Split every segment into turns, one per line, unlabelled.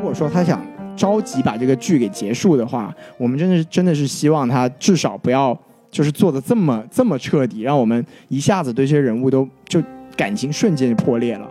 果说他想着急把这个剧给结束的话，我们真的是真的是希望他至少不要就是做的这么这么彻底，让我们一下子对这些人物都就感情瞬间就破裂了。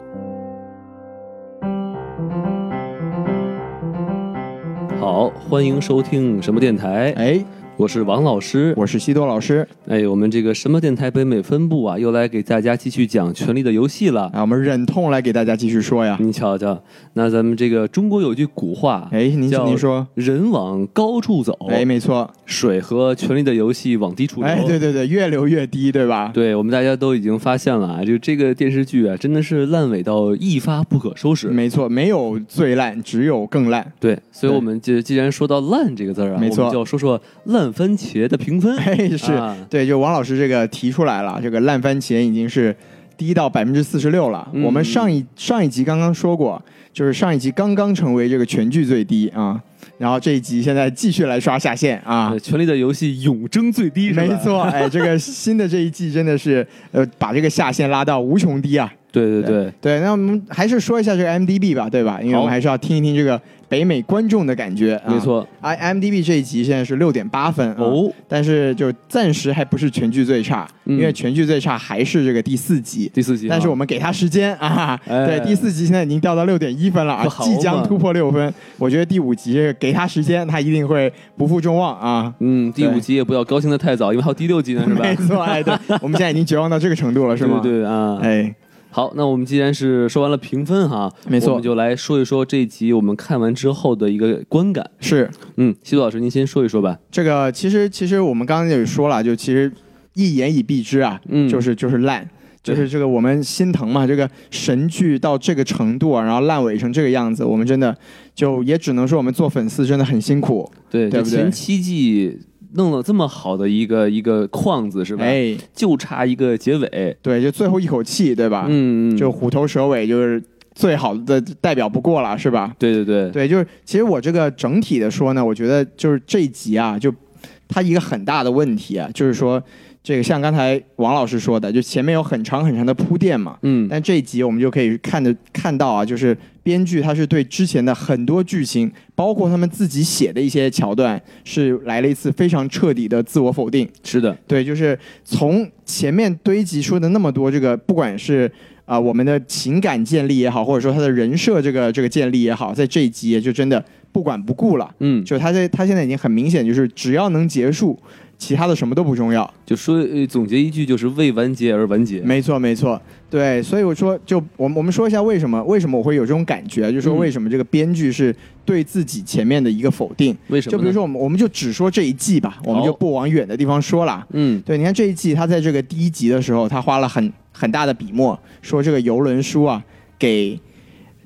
好，欢迎收听什么电台？
哎，
我是王老师。
我是西多老师
哎，我们这个什么电台北美分部啊，又来给大家继续讲《权力的游戏》了。
啊，我们忍痛来给大家继续说呀。
你瞧瞧，那咱们这个中国有句古话，
哎，您
叫哦
您说，
人往高处走，
哎，没错，
水和《权力的游戏》往低处流。
哎，对对对，越流越低，对吧？
对我们大家都已经发现了啊，就这个电视剧啊，真的是烂尾到一发不可收拾。
没错，没有最烂，只有更烂。
对，所以
对
我们就既然说到“烂”这个字儿啊，
没错
我们就要说说烂番茄的评 分。
哎，是、
啊
对，就王老师这个提出来了，这个烂番茄已经是低到百分之四十六了。
嗯
我们上一上一集刚刚说过，就是上一集刚刚成为这个全剧最低啊，然后这一集现在继续来刷下线啊
呃。权力的游戏永争最低是吧？
没错， 哎，这个新的这一季真的是，呃，把这个下限拉到无穷低啊！
对对对，
对，那我们还是说一下这个 m d b 吧，对吧？因为我们
好
还是要听一听这个北美观众的感觉。啊、
没错。
i m d b 这一集现在是六点八分、啊、
哦，
但是就暂时还不是全剧最差，
嗯
因为全剧最差还是这个第四集。
第四集啊，
但是我们给他时间啊，
哎
对，第四集现在已经掉到六点一分了啊
不，好嘛
即将突破六分。我觉得第五集这个给他时间，他一定会不负众望啊。
嗯，第
对
五集也不要高兴的太早，因为还有第六集呢，是吧？
没错，哎， 对，我们现在已经绝望到这个程度了，是吗？
对对对啊，
哎，
好，那我们既然是说完了评分哈，
没错
我们就来说一说这一集我们看完之后的一个观感。
是
嗯，西多老师，您先说一说吧。
这个。其实，其实我们刚刚也说了，就其实一言以蔽之啊，
嗯，
就是就是烂，
对
就是这个我们心疼嘛，这个神剧到这个程度啊，然后烂尾成这个样子，我们真的就也只能说我们做粉丝真的很辛苦，
对，
对
这
不对
前七季弄了这么好的一个一个框子是吧？
哎，
就差一个结尾。
对，就最后一口气，对吧？
嗯嗯，
啊就虎头蛇尾，就是最好的代表不过了，是吧？
对对对，
对，就是其实我这个整体的说呢，我觉得就是这一集啊，就它一个很大的问题啊，就是说这个像刚才王老师说的，就前面有很长很长的铺垫嘛，
嗯，
但这一集我们就可以看得看到啊，就是编剧他是对之前的很多剧情，包括他们自己写的一些桥段，是来了一次非常彻底的自我否定。
是的，
对，就是从前面堆积出的那么多这个，不管是啊、我们的情感建立也好，或者说他的人设这个这个建立也好，在这一集也就真的不管不顾了。
嗯，
就他在他现在已经很明显，就是只要能结束，其他的什么都不重要。
就说呃总结一句，就是为完结而完结。
没错，没错，对，所以我说，就我们我们说一下为什么为什么我会有这种感觉，就是说
嗯
为什么这个编剧是对自己前面的一个否定。
为什么？
就比如，说我们我们就只说这一季吧，我们就不往远的地方说了。
嗯，
对，你看这一季他在这个第一集的时候，他花了很很大的笔墨，说这个游轮书啊给。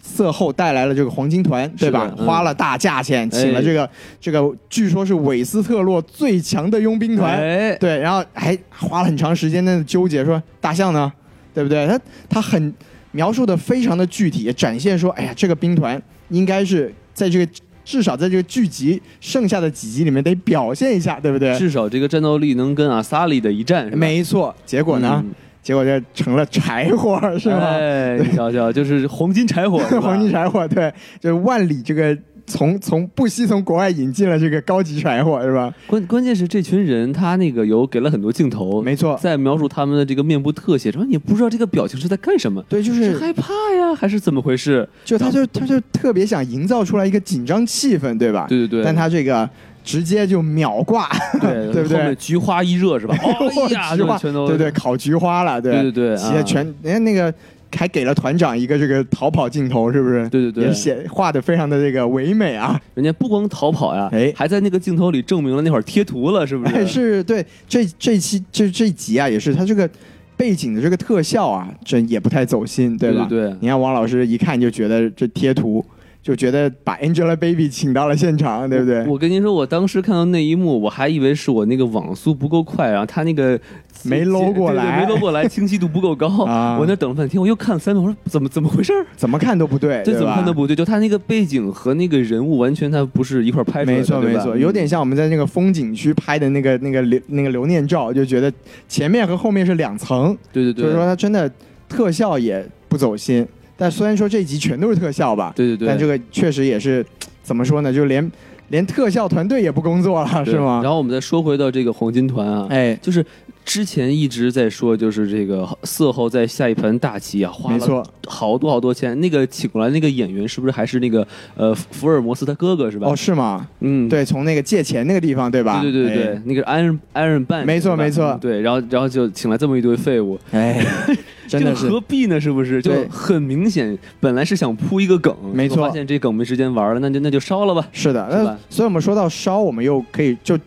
色后带来了这个黄金团，对吧？
是的嗯
花了大价钱，请了
哎
这个、这个，据说是韦斯特洛最强的佣兵团，
哎，
对，然后还花了很长时间在那纠结说大象呢，对不对？他他很描述的非常的具体，也展现说，哎呀，这个兵团应该是在这个至少在这个剧集剩下的几集里面得表现一下，对不对？
至少这个战斗力能跟阿萨利的一战是吧？
没错，结果呢，
嗯
结果这成了柴 火，是吗？，
哎，你瞧瞧，就是黄金柴火
黄金
柴
柴火，对，就是万里这个从从不惜从国外引进了这个高级柴火，是吧？
关关键是这群人，他那个有给了很多镜头，
没错，
在描述他们的这个面部特写，什么你不知道这个表情是在干什么，
对，就是
是害怕呀，还是怎么回事？
就他就他就特别想营造出来一个紧张气氛，对吧？
对对对，
但他这个直接就秒挂，
对
对不对
后面菊花一热 是吧？哎呀，
菊
就
花，
全都
对对，烤菊花了，对
对对对，
直接
啊
全人家那个还给了团长一个这个逃跑镜头，是不是？
对对对
也写画的非常的这个唯美啊，
人家不光逃跑呀，
哎
还在那个镜头里证明了那会儿贴图了，是不
哎，
是？
是对这这期这这集啊，也是他这个背景的这个特效啊，这也不太走心，
对
吧？
对对
你看王老师一看就觉得这贴图，就觉得把 Angelababy 请到了现场，对不对？
我跟您说，我当时看到那一幕，我还以为是我那个网速不够快，然后他那个
没搂过来
对对没搂过来，清晰度不够高。
啊
我那等了半天，我又看了三遍，我说怎么怎么回事儿？
怎么看都不对，
这
哎对
怎么
吧
看都不对，就他那个背景和那个人物完全他不是一块儿拍出来的，
没错
对
没
吧嗯
错，有点像我们在那个风景区拍的那个那个留那个留念照，就觉得前面和后面是两层，
对对对，
所以说它真的特效也不走心。但虽然说这一集全都是特效吧，
对对对，
但这个确实也是怎么说呢，就连连特效团队也不工作了，
对
是吗？
然后我们再说回到这个黄金团啊，
哎，
就是之前一直在说，就是这个色后在下一盘大棋啊，花
没
了
错，
好多好多钱。那个请过来那个演员是不是还是那个呃福尔摩斯他哥哥是吧？
哦，是吗？
嗯，
对，从那个借钱那个地方，对吧？哎
对对对对，那个 Iron Iron Man，
没错
是吧
没错
嗯对，然后然后就请来这么一堆废物，
哎， 哎，真的
这
是
个何必呢？是不是？就
对
很明显，本来是想铺一个梗，
没错
结果发现这梗没时间玩了，那就那就烧了吧。
是的。
是
那
吧
所以我们说到烧，我们又可以就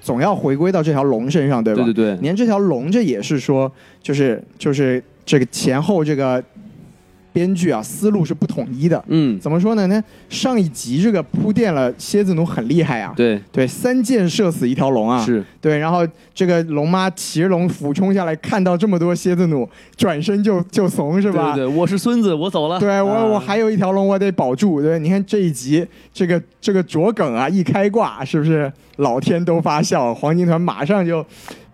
总要回归到这条龙身上，对吧？
对对对，
连这条龙，这也是说，就是就是这个前后这个编剧啊，思路是不统一的。
嗯，
怎么说呢？那上一集这个铺垫了，蝎子奴很厉害啊，
对，
对，三箭射死一条龙啊，
是，
对，然后这个龙妈骑着龙俯冲下来，看到这么多蝎子弩，转身就就怂是
对
吧？
对对，我是孙子，我走了。
对我
啊
我还有一条龙，我得保住。对，你看这一集这个这个卓梗啊，一开挂是不是老天都发笑？黄金团马上就，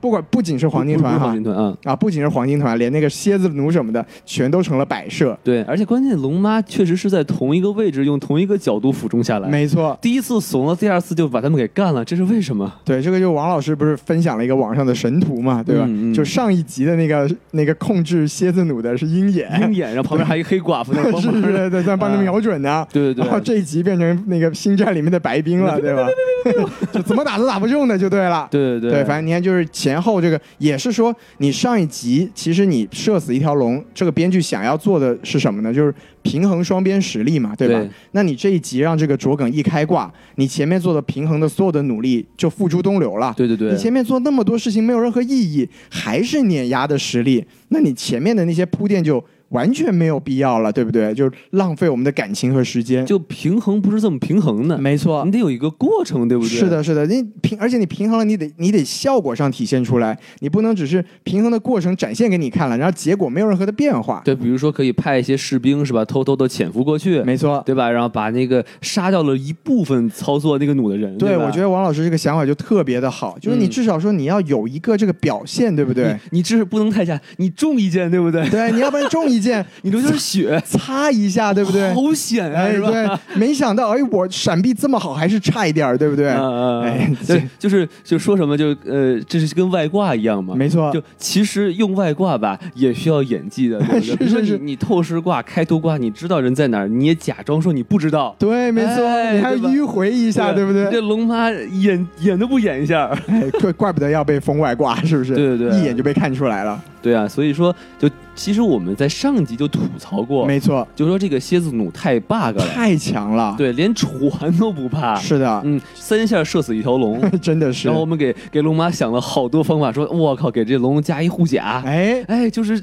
不管不仅是黄金
不不
团
是
哈
黄，金团啊。
啊，不仅是黄金团，连那个蝎子弩什么的，全都成了摆设。
对，而且关键龙妈确实是在同一个位置用同一个角度俯冲下来。
没错，
第一次怂了，第二次就把他们给干了，这是为什么？
对，这个就王老师不是分享了一个网上的神图嘛，对吧？
嗯嗯
就上一集的那个那个控制蝎子弩的是鹰眼，
鹰眼，然后旁边还有一黑寡妇在那帮
哎 是
忙
是是，对，在帮他们
啊
瞄准呢。
对对
然后
对，
这一集变成那个星战里面的白冰了，对吧？ 就怎么打都打不中的，就对了。
对对对
对，反正你看，就是前后这个也是说，你上一集其实你射死一条龙，这个编剧想要做的是什么呢？就是平衡双边实力嘛，对吧？
对
那你这一集让这个卓梗一开挂，你前面做的平衡的所有的努力就付诸东流了。
对对对，
你前面做那么多事情没有任何意义，还是碾压的实力，那你前面的那些铺垫就完全没有必要了，对不对？就浪费我们的感情和时间。
就平衡不是这么平衡的，
没错
你，得有一个过程，对不对？
是，的，是的，你平，而且你平衡了，你得你得效果上体现出来，你不能只是平衡的过程展现给你看了，然后结果没有任何的变化。
对，比如说可以派一些士兵是吧，偷偷的潜伏过去，
没错，
对吧？然后把那个杀掉了一部分操作那个弩的人，
对
吧
我觉得王老师这个想法就特别的好，就是你
嗯
至少说你要有一个这个表现，对不对？
你，你这是不能太下，你中一箭，对不对？
对，你要不然中一箭
你流点血，
擦一下，对不对？
好险啊，
哎，
是吧？
对，没想到，哎，我闪避这么好，还是差一点儿，对不对？
嗯嗯
哎
嗯，对，就是就说什么就呃，这是跟外挂一样嘛。
没错，
就其实用外挂吧，也需要演技 的，对不对
是
比如说
是
你
是
你透视挂、开图挂，你知道人在哪儿，你也假装说你不知道，
对，没错，
哎
你还
对吧啊
迂回一
一
下，对不
你这
对？
龙妈演演都不演一下，
哎，怪怪不得要被封外挂，是不是？
对对对
一眼就被看出来了。
对啊，所以说就其实我们在上集就吐槽过，
没错，
就说这个蝎子弩太 bug 了，
太强了。，
对，连船都不怕，
是的，
嗯，三下射死一条龙。
真的 是
嗯然。后我们给给龙妈想了好多方法，说我靠，给这龙加一护甲，
哎，？
哎，就是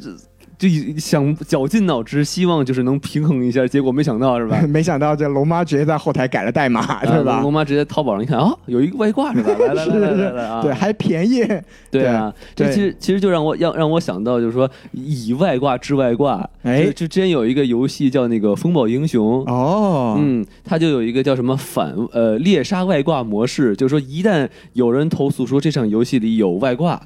就想绞尽脑汁，希望就是能平衡一下，结果没想到是吧
没想到这龙妈直接在后台改了代码，哎对
啊
吧
龙？妈直接淘宝上一看啊，有一个外挂是吧？来来来
是
来
是
来
是
来啊！
对，还便宜。
对啊，
对
这其实其实就让我让让我想到，就是说以外挂治外挂。
哎
就就之前有一个游戏叫那个《风暴英雄》。
哦，
嗯，它就有一个叫什么反呃猎杀外挂模式，就是说一旦有人投诉说这场游戏里有外挂，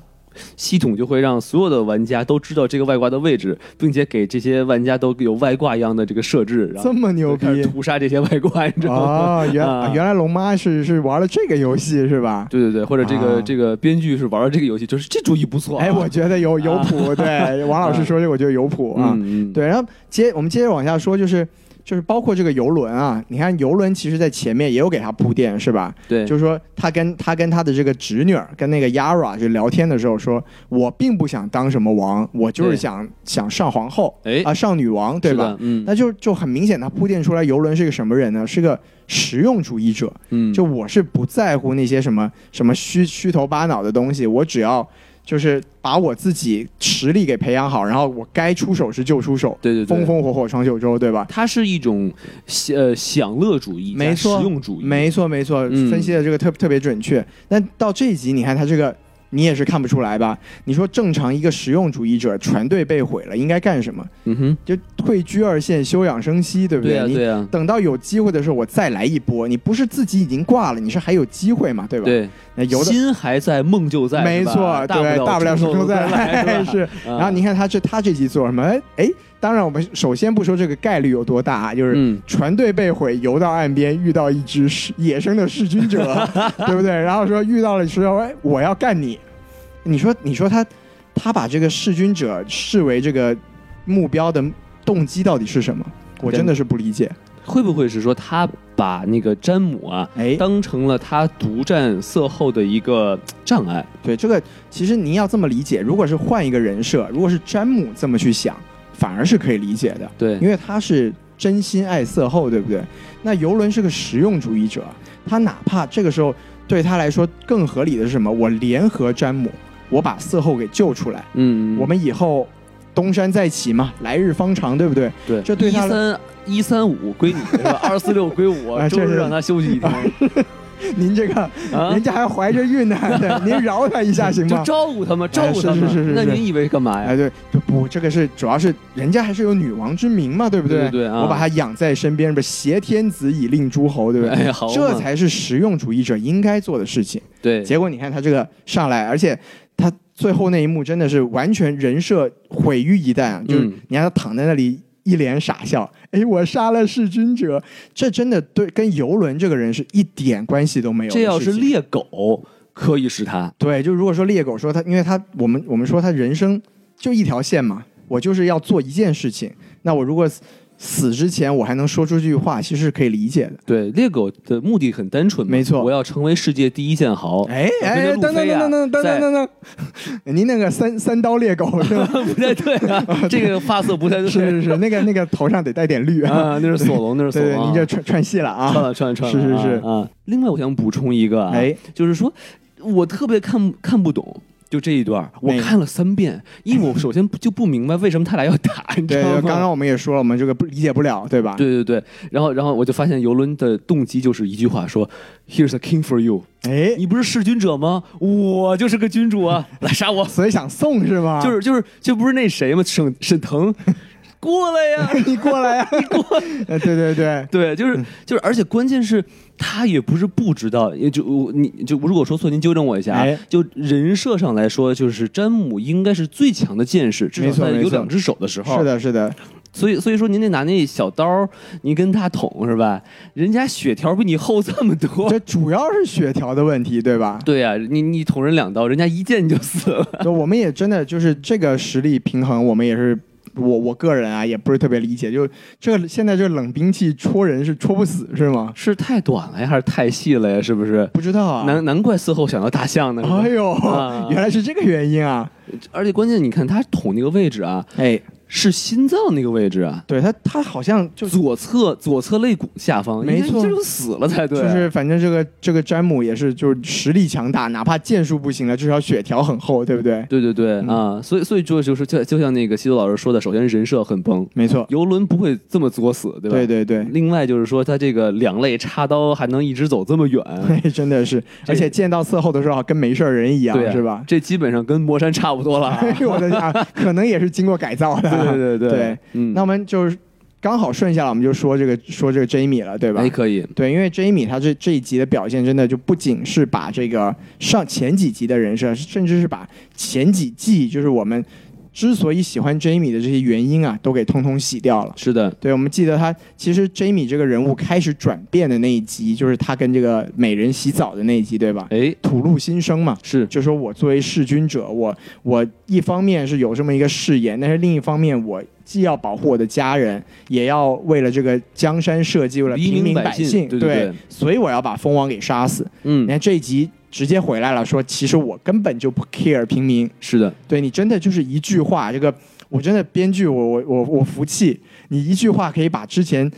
系统就会让所有的玩家都知道这个外挂的位置，并且给这些玩家都有外挂一样的这个设置，然
这
后
么牛
开
逼
始屠杀这些外挂，你知道吗？
哦，原
啊
原来龙妈是是玩了这个游戏是吧？
对对对，或者这个、
啊
这个编剧是玩了这个游戏，就是这主意不错啊、嗯
哎，我觉得有有 谱，对，王老师说这个我觉得有谱啊。
嗯，嗯，
对，然后接我们接着往下说，就是就是包括这个游轮啊，你看游轮其实在前面也有给他铺垫，是吧？
对，
就是说他跟他跟他的这个侄女儿跟那个 Yara 就聊天的时候说，我并不想当什么王，我就是
对
想想上皇后，
哎
啊上女王，对
是
吧？
的？嗯，
那就就很明显，他铺垫出来游轮是个什么人呢？是个实用主义者，
嗯，
就我是不在乎那些什么什么虚虚头巴脑的东西，我只要就是把我自己实力给培养好，然后我该出手时就出手，
对对对，
风风火火闯九州，对吧？
它是一种享呃享乐主义，
没错
实用主义，
没错没错，
嗯
分析的这个特特别准确。那到这一集，你看他这个。你也是看不出来吧？你说正常一个实用主义者，船队被毁了，应该干什么？
嗯哼，
就退居二线，休养生息，对不啊
对呀、啊
你
对呀、
等到有机会的时候，我再来一波。你不是自己已经挂了，你是还有机会嘛，对吧？，
对，
那有的
心还在，梦就在，
没
是吧
错，
大
对，大
不
不
了
了
出
出
头
头再
来，
来
是吧。
是。
啊
然后你看他这他这集做什么？哎，当然，我们首先不说这个概率有多大啊，就是
嗯
船队被毁，游到岸边遇到一只噬野生的弑君者， 对不对？然后说遇到了之后，哎，我要干你。你说，你说他他把这个弑君者视为这个目标的动机到底是什么？我真的是不理解。
会不会是说他把那个詹姆啊，
哎，
当成了他独占色后的一个呃障碍？
对这个，其实您要这么理解，如果是换一个人设，如果是詹姆这么去想，反而是可以理解的。
对
因，为他是真心爱色后，对不对？那游轮是个实用主义者，他哪怕这个时候对他来说更合理的是什么？我联合詹姆，我把色后给救出来，
嗯，
我们以后东山再起嘛，来日方长，对不 对？
对
这对他
一三一三五归你，是 吧？二四六归我，
啊
周
这
日
是
让他休息一
啊
天
您这个、
啊
人。家还怀着孕呢， 对您饶他一下行
就
吗？
照顾他们，照顾他们。
哎是是是是
那
是
您以为是干嘛呀？
哎，对，就不，这个是主要是人家还是有女王之名嘛，对不
对对对啊
我把她养在身边，不是挟天子以令诸侯，对不对？
哎好嘛
这才是实用主义者应该做的事情。
对，
结果你看他这个上来，而且他最后那一幕真的是完全人设毁于一旦啊，就是
嗯
你看他躺在那里一脸傻笑，哎，我杀了弑君者，这真的对跟游轮这个人是一点关系都没有的
这
事情。
要是猎狗，可以是他。
对，就如果说猎狗说他，因为他我们我们说他人生就一条线嘛，我就是要做一件事情，那我如果死死之前我还能说出这句话，其实是可以理解的。
对，猎狗的目的很单纯嘛，
没错
我要成为世界第一剑豪。
哎
我觉
哎
得，
等等
路飞啊
等等等
在
等等等，您那个三三刀猎狗是吧？
不太对啊， 这个发色不太对。
是是是，那个那个头上得带点绿啊。
啊，那是索隆，那是索
对对，
隆啊。
您这串串戏了啊。
串了串了串了，
是是
啊
是
啊。另外，我想补充一个啊，
哎
就是说我特别看看不懂。就这一段儿，我
哪个
看了三遍，因为我首先不就不明白为什么他俩要打， 你知
对，
道吗？
刚刚我们也说了，我们这个不理解不了，对吧？，
对对对，然后然后我就发现游轮的动机就是一句话说，Here's a king for you，
哎，
你不是弑君者吗？我就是个君主啊，来 杀我！
所以想送是吗？
就是就是就不是那谁吗？沈沈腾，过来呀！
你过来呀、 啊，你过， 对对对，
对，
嗯
就是就是，而且关键是，他也不是不知道，也就我你就如果说错，您纠正我一下啊
哎。
就人设上来说，就是詹姆应该是最强的剑士，至
没
少
错
在
没
有
错
两只手的时候。
是。的，是的，
所以所以说，您那拿那小刀儿，您跟他捅是吧？人家血条比你厚这么多。
这主要是血条的问题，对吧？
对呀、你你捅人两刀，人家一剑就死了。
就我们也真的就是这个实力平衡，我们也是我我个人啊，也不是特别理解，就这个现在这冷兵器戳人是戳不死是吗？
是太短了呀，还是太细了呀？是不是？
不知道啊，
难难怪事后想到大象呢。是吧
哎呦，
啊
原来是这个原因啊！
而且关键，你看他捅那个位置啊，
哎，
是心脏那个位置啊，
对他他好像就
左侧左侧肋骨下方，
没错
应该这就死了才对。
就是反正这个这个詹姆也是就是实力强大，哪怕剑术不行了，至少血条很厚，对不对？
对对
嗯
对、啊，所以所以就就是就就像那个西多老师说的，首先人设很崩，
没错，
游轮不会这么作死，对吧？
对对对，
另外就是说，他这个两肋插刀还能一直走这 么远，
嘿真的是，
嗯这
而且见到伺候的时候跟没事儿人一样
对，啊
是吧？
这基本上跟魔山差不多了啊。
哎呦 我的天啊，可能也是经过改造的。
对 对对
对
嗯，
那我们就是刚好顺下来，我们就说这个说这个 Jamie 了，对吧
哎？可以，
对，因为 Jamie 他这这一集的表现真的就不仅是把这个上前几集的人设，甚至是把前几季就是我们之所以喜欢 Jamie 的这些原因啊，都给通通洗掉了。
是的，
对，我们记得他其实 Jamie 这个人物开始转变的那一集，就是他跟这个美人洗澡的那一集，对吧？
哎
吐露心声嘛，
是
就说我作为弑君者，我我一方面是有这么一个誓言，但是另一方面，我既要保护我的家人，也要为了这个江山社稷，为了
黎
平
民
民
百
百
姓
姓，
对对对
所以我要把蜂王给杀死。你
嗯
看这一集直接回来了，说其实我根本就不 care 平民，
是的，
对你真的就是一句话，这个我真的编剧我我我我服气，你一句话可以把之前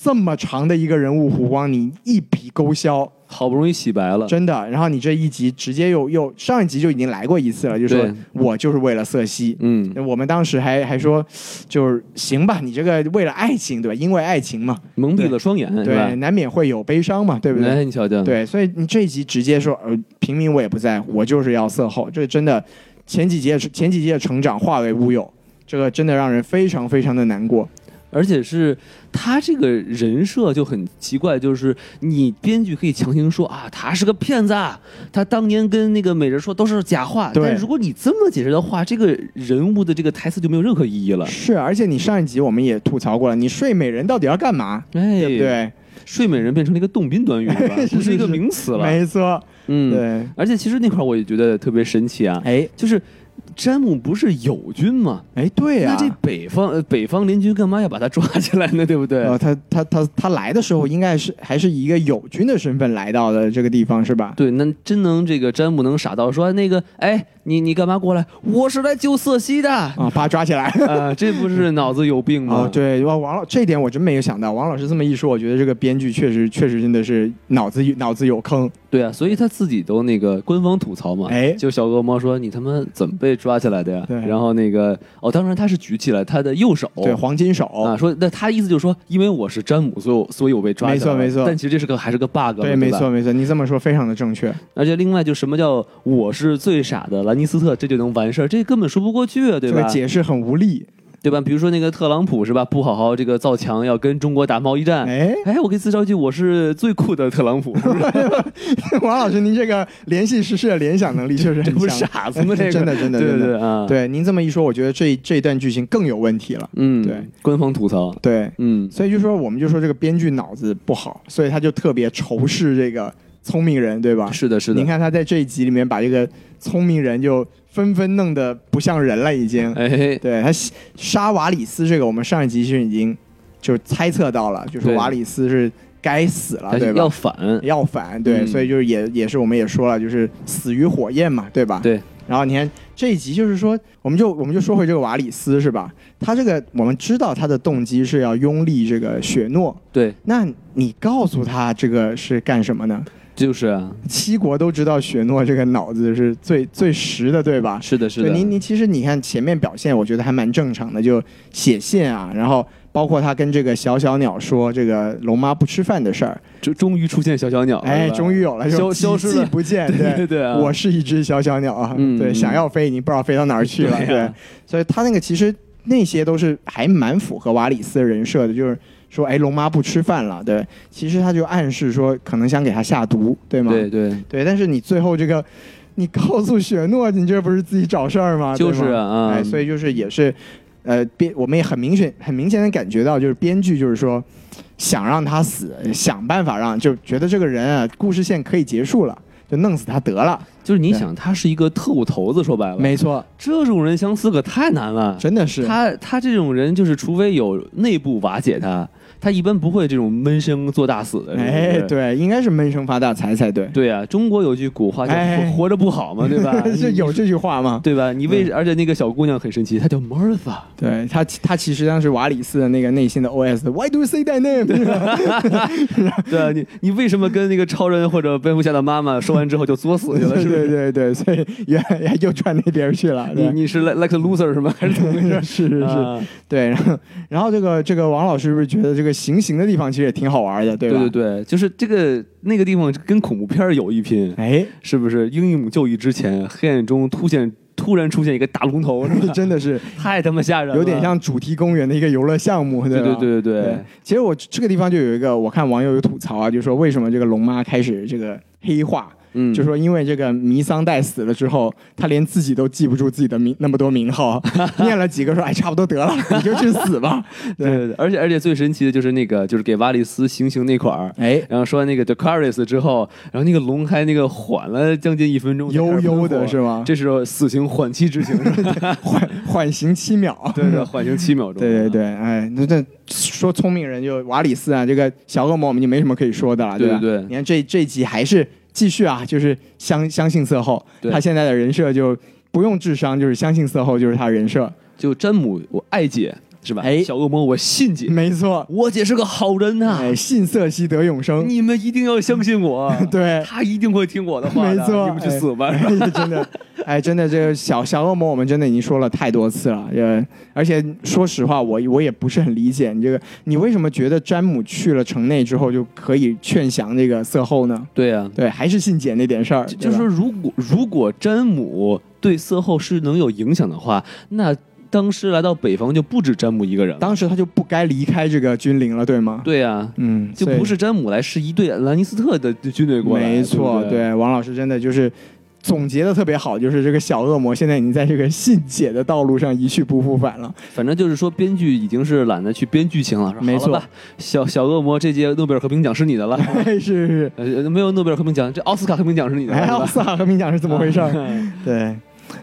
这么长的一个人物弧光，你一笔勾销。
好不容易洗白了，
真的。然后你这一集直接又又上一集就已经来过一次了，就说
对
我就是为了色西。
嗯，
我们当时还还说，就是行吧，你这个为了爱情对吧？因为爱情嘛，
蒙蔽了双眼，是吧
对，？难免会有悲伤嘛，对不对？
哎，你瞧瞧，
对，所以你这一集直接说，呃，平民我也不在乎，我就是要色后，这真的前几集的前几集的成长化为乌有，这个真的让人非常非常的难过。
而且是他这个人设就很奇怪，就是你编剧可以强行说啊，他是个骗子，啊，他当年跟那个美人说都是假话。
对
但如果你这么解释的话，这个人物的这个台词就没有任何意义了。
是，而且你上一集我们也吐槽过了，你睡美人到底要干嘛？
哎，
对不对？
睡美人变成了一个动宾 短语了吧
是，是
不是一个
是
名词了。
没错，
嗯，。
对。
而且其实那块儿我也觉得特别神奇啊，
哎
就是詹姆不是友军吗？
哎，对呀、
那这北方呃北方联军干嘛要把他抓起来呢？对不对？
呃，他他他他来的时候应该是还是以一个友军的身份来到的这个地方是吧？
对，那真能这个詹姆能傻到说那个，哎，你你干嘛过来？我是来救瑟西的。啊、
啊，把他抓起来。
这不是脑子有病吗？
哦，，对，哇，王老这一点我真没有想到。王老师这么一说，我觉得这个编剧确实确实真的是脑子脑子有坑。
对啊，所以他自己都那个官方吐槽嘛。
哎
就小恶魔说你他妈怎么被抓起来的呀？
对
然后那个哦，当然他是举起了他的右手。
对，黄金手，
啊，说哦那他意思就是说，因为我是詹姆，所以我所以我被抓起来了。
没错没错
但其实这是个还是个 bug 嘛。
对，
吧
没错没错，你这么说非常的正确。
而且另外就什么叫我是最傻的兰尼斯特，这就能完事儿，这根本说不过去啊，对
这
吧
个？解释很无力。
对吧？比如说那个特朗普是吧，不好好这个造墙，要跟中国打贸易战。
哎，
哎，我可以自嘲一句，我是最酷的特朗普， 是不是
王老师，您这个联系时事的联想能力确实
这
很
不是
强。
傻子 吗？这个
真的真的
对
真
对
的
对啊，，
对，您这么一说，我觉得这这一段剧情更有问题了。
嗯，
对，
官方吐槽，
对，
嗯，
所以就说我们就说这个编剧脑子不好，所以他就特别仇视这个聪明人，对吧？
是的，是
啊您
的，
看他在这一集里面把这个聪明人就纷纷弄得不像人了，已经。
哎，
对他西杀瓦里斯这个，我们上一集是已经就猜测到了，就是
对
瓦里斯是该死了，
他
对
要
吧？
反，
要反对，
嗯
所以就是也也是我们也说了，就是死于火焰嘛，对吧？
对，
然后你看这一集，就是说，我们就我们就说回这个瓦里斯是吧？他这个我们知道他的动机是要拥立这个雪诺，
对，
那你告诉他这个是干什么呢？
就是啊，
七国都知道雪诺这个脑子是最最实的，对吧？
是的，是
对，您
的，
您其实你看前面表现，我觉得还蛮正常的，就写信啊，然后包括他跟这个小小鸟说这个龙妈不吃饭的事儿，
终终于出现小小鸟，
哎，
是吧
终于有了，这种
消消失
几季
了
不见，
对对对啊
我是一只小小鸟啊，
嗯
对，
嗯
想要飞已经不知道飞到哪儿去了，
对啊
所以他那个其实那些都是还蛮符合瓦里斯的人设的，就是说，哎，龙妈不吃饭了，对，其实他就暗示说可能想给他下毒，对吗？
对对，
啊对但是你最后这个，你告诉雪诺，你这不是自己找事儿吗？对
就
吗
是啊，
哎，所以就是也是，呃，编我们也很明显、很明显的感觉到，就是编剧就是说想让他死，想办法让，就觉得这个人啊，故事线可以结束了，就弄死他得了。
就是你
对
想，他是一个特务头子，说白了，
没错，
这种人想死可太难了。
真的是。
他他这种人就是，除非有内部瓦解他，他一般不会这种闷声做大死的。是不是
哎，对，应该是闷声发大财才对，
对啊，中国有句古话叫
哎？
“活着不好”嘛，对吧
是有这句话吗？
对吧？你为而且那个小姑娘很神奇，她叫 Martha，
对他，他其实当时瓦里斯的那个内心的 OS 的 Why do you say that name？
对啊，你你为什么跟那个超人或者蝙蝠侠的妈妈说完之后就作死去了？
对
是不
对
是？
对对，所以原来又转那边去了。
你
对？
你是 like like a loser 是吗？还是怎么回事
是是是，
啊
对，然后然后这个这个王老师是不是觉得这个行刑的地方其实也挺好玩的，对吧？
对对对，就是这个那个地方跟恐怖片儿有一拼。
对，
是不是？英勇就义之前，黑暗中突现突然出现一个大龙头，是
哎，
吧
真的是
太他妈吓人了，
有点。像主题公园的一个游乐项目，
对
吧？
对对对
对，其实我这个地方就有一个，我看网友有吐槽啊，就说为什么这个龙妈开始这个黑化，
嗯，
就说因为这个弥桑代死了之后，他连自己都记不住自己的名那么多名 号，念了几个说哎差不多得了，你就去死吧。
对对对，而且而且最神奇的就是那个，就是给瓦里斯行刑那块儿。
哎，
然后说那个 d e c a r i s 之后，然后那个龙还那个缓了将近一分钟，
悠悠的是
吧？
吗？
这时候死刑缓期执行，是吧
缓缓刑七秒，
对对，缓刑七秒钟。
对对对，哎，那那说聪明人就瓦里斯啊，这个小恶魔我们就没什么可以说的了，
对
吧？
对对
你看这这集还是继续啊，就是相相信色后，
对
他现在的人设就不用智商，就是相信色后就是他人设，
就詹姆，我爱姐是吧？
哎
小恶魔，我信姐，
没错，
我姐是个好人呐、
哎，信色即得永生，，
啊你们一定要相信我
对
他一定会听我的话的，
没错
你们去死吧！
哎真的，哎，真的，这个小小恶魔我们真的已经说了太多次了，呃，而且说实话，我我也不是很理解你这个，你为什么觉得詹姆去了城内之后就可以劝降这个色后呢？
对呀、啊，
对，还是信姐那点事儿，
就
对吧
是如果如果詹姆对色后是能有影响的话，那当时来到北方就不止詹姆一个人了。
当时他就不该离开这个军营了，对吗？
对啊，
嗯，
就
所以
不是詹姆来，是一队兰尼斯特的军队过来。
没错，
对不对
王老师真的就是总结的特别好，就是这个小恶魔现在已经在这个信解的道路上一去不复返了。
反正就是说，编剧已经是懒得去编剧情了。说
没错
好了吧，小小恶魔这届诺贝尔和平奖是你的了，
是 是
呃，没有诺贝尔和平奖，这奥斯卡和平奖是你
是，
的了。
哎，
是吧
奥斯卡和平奖是怎么回事儿？ 对，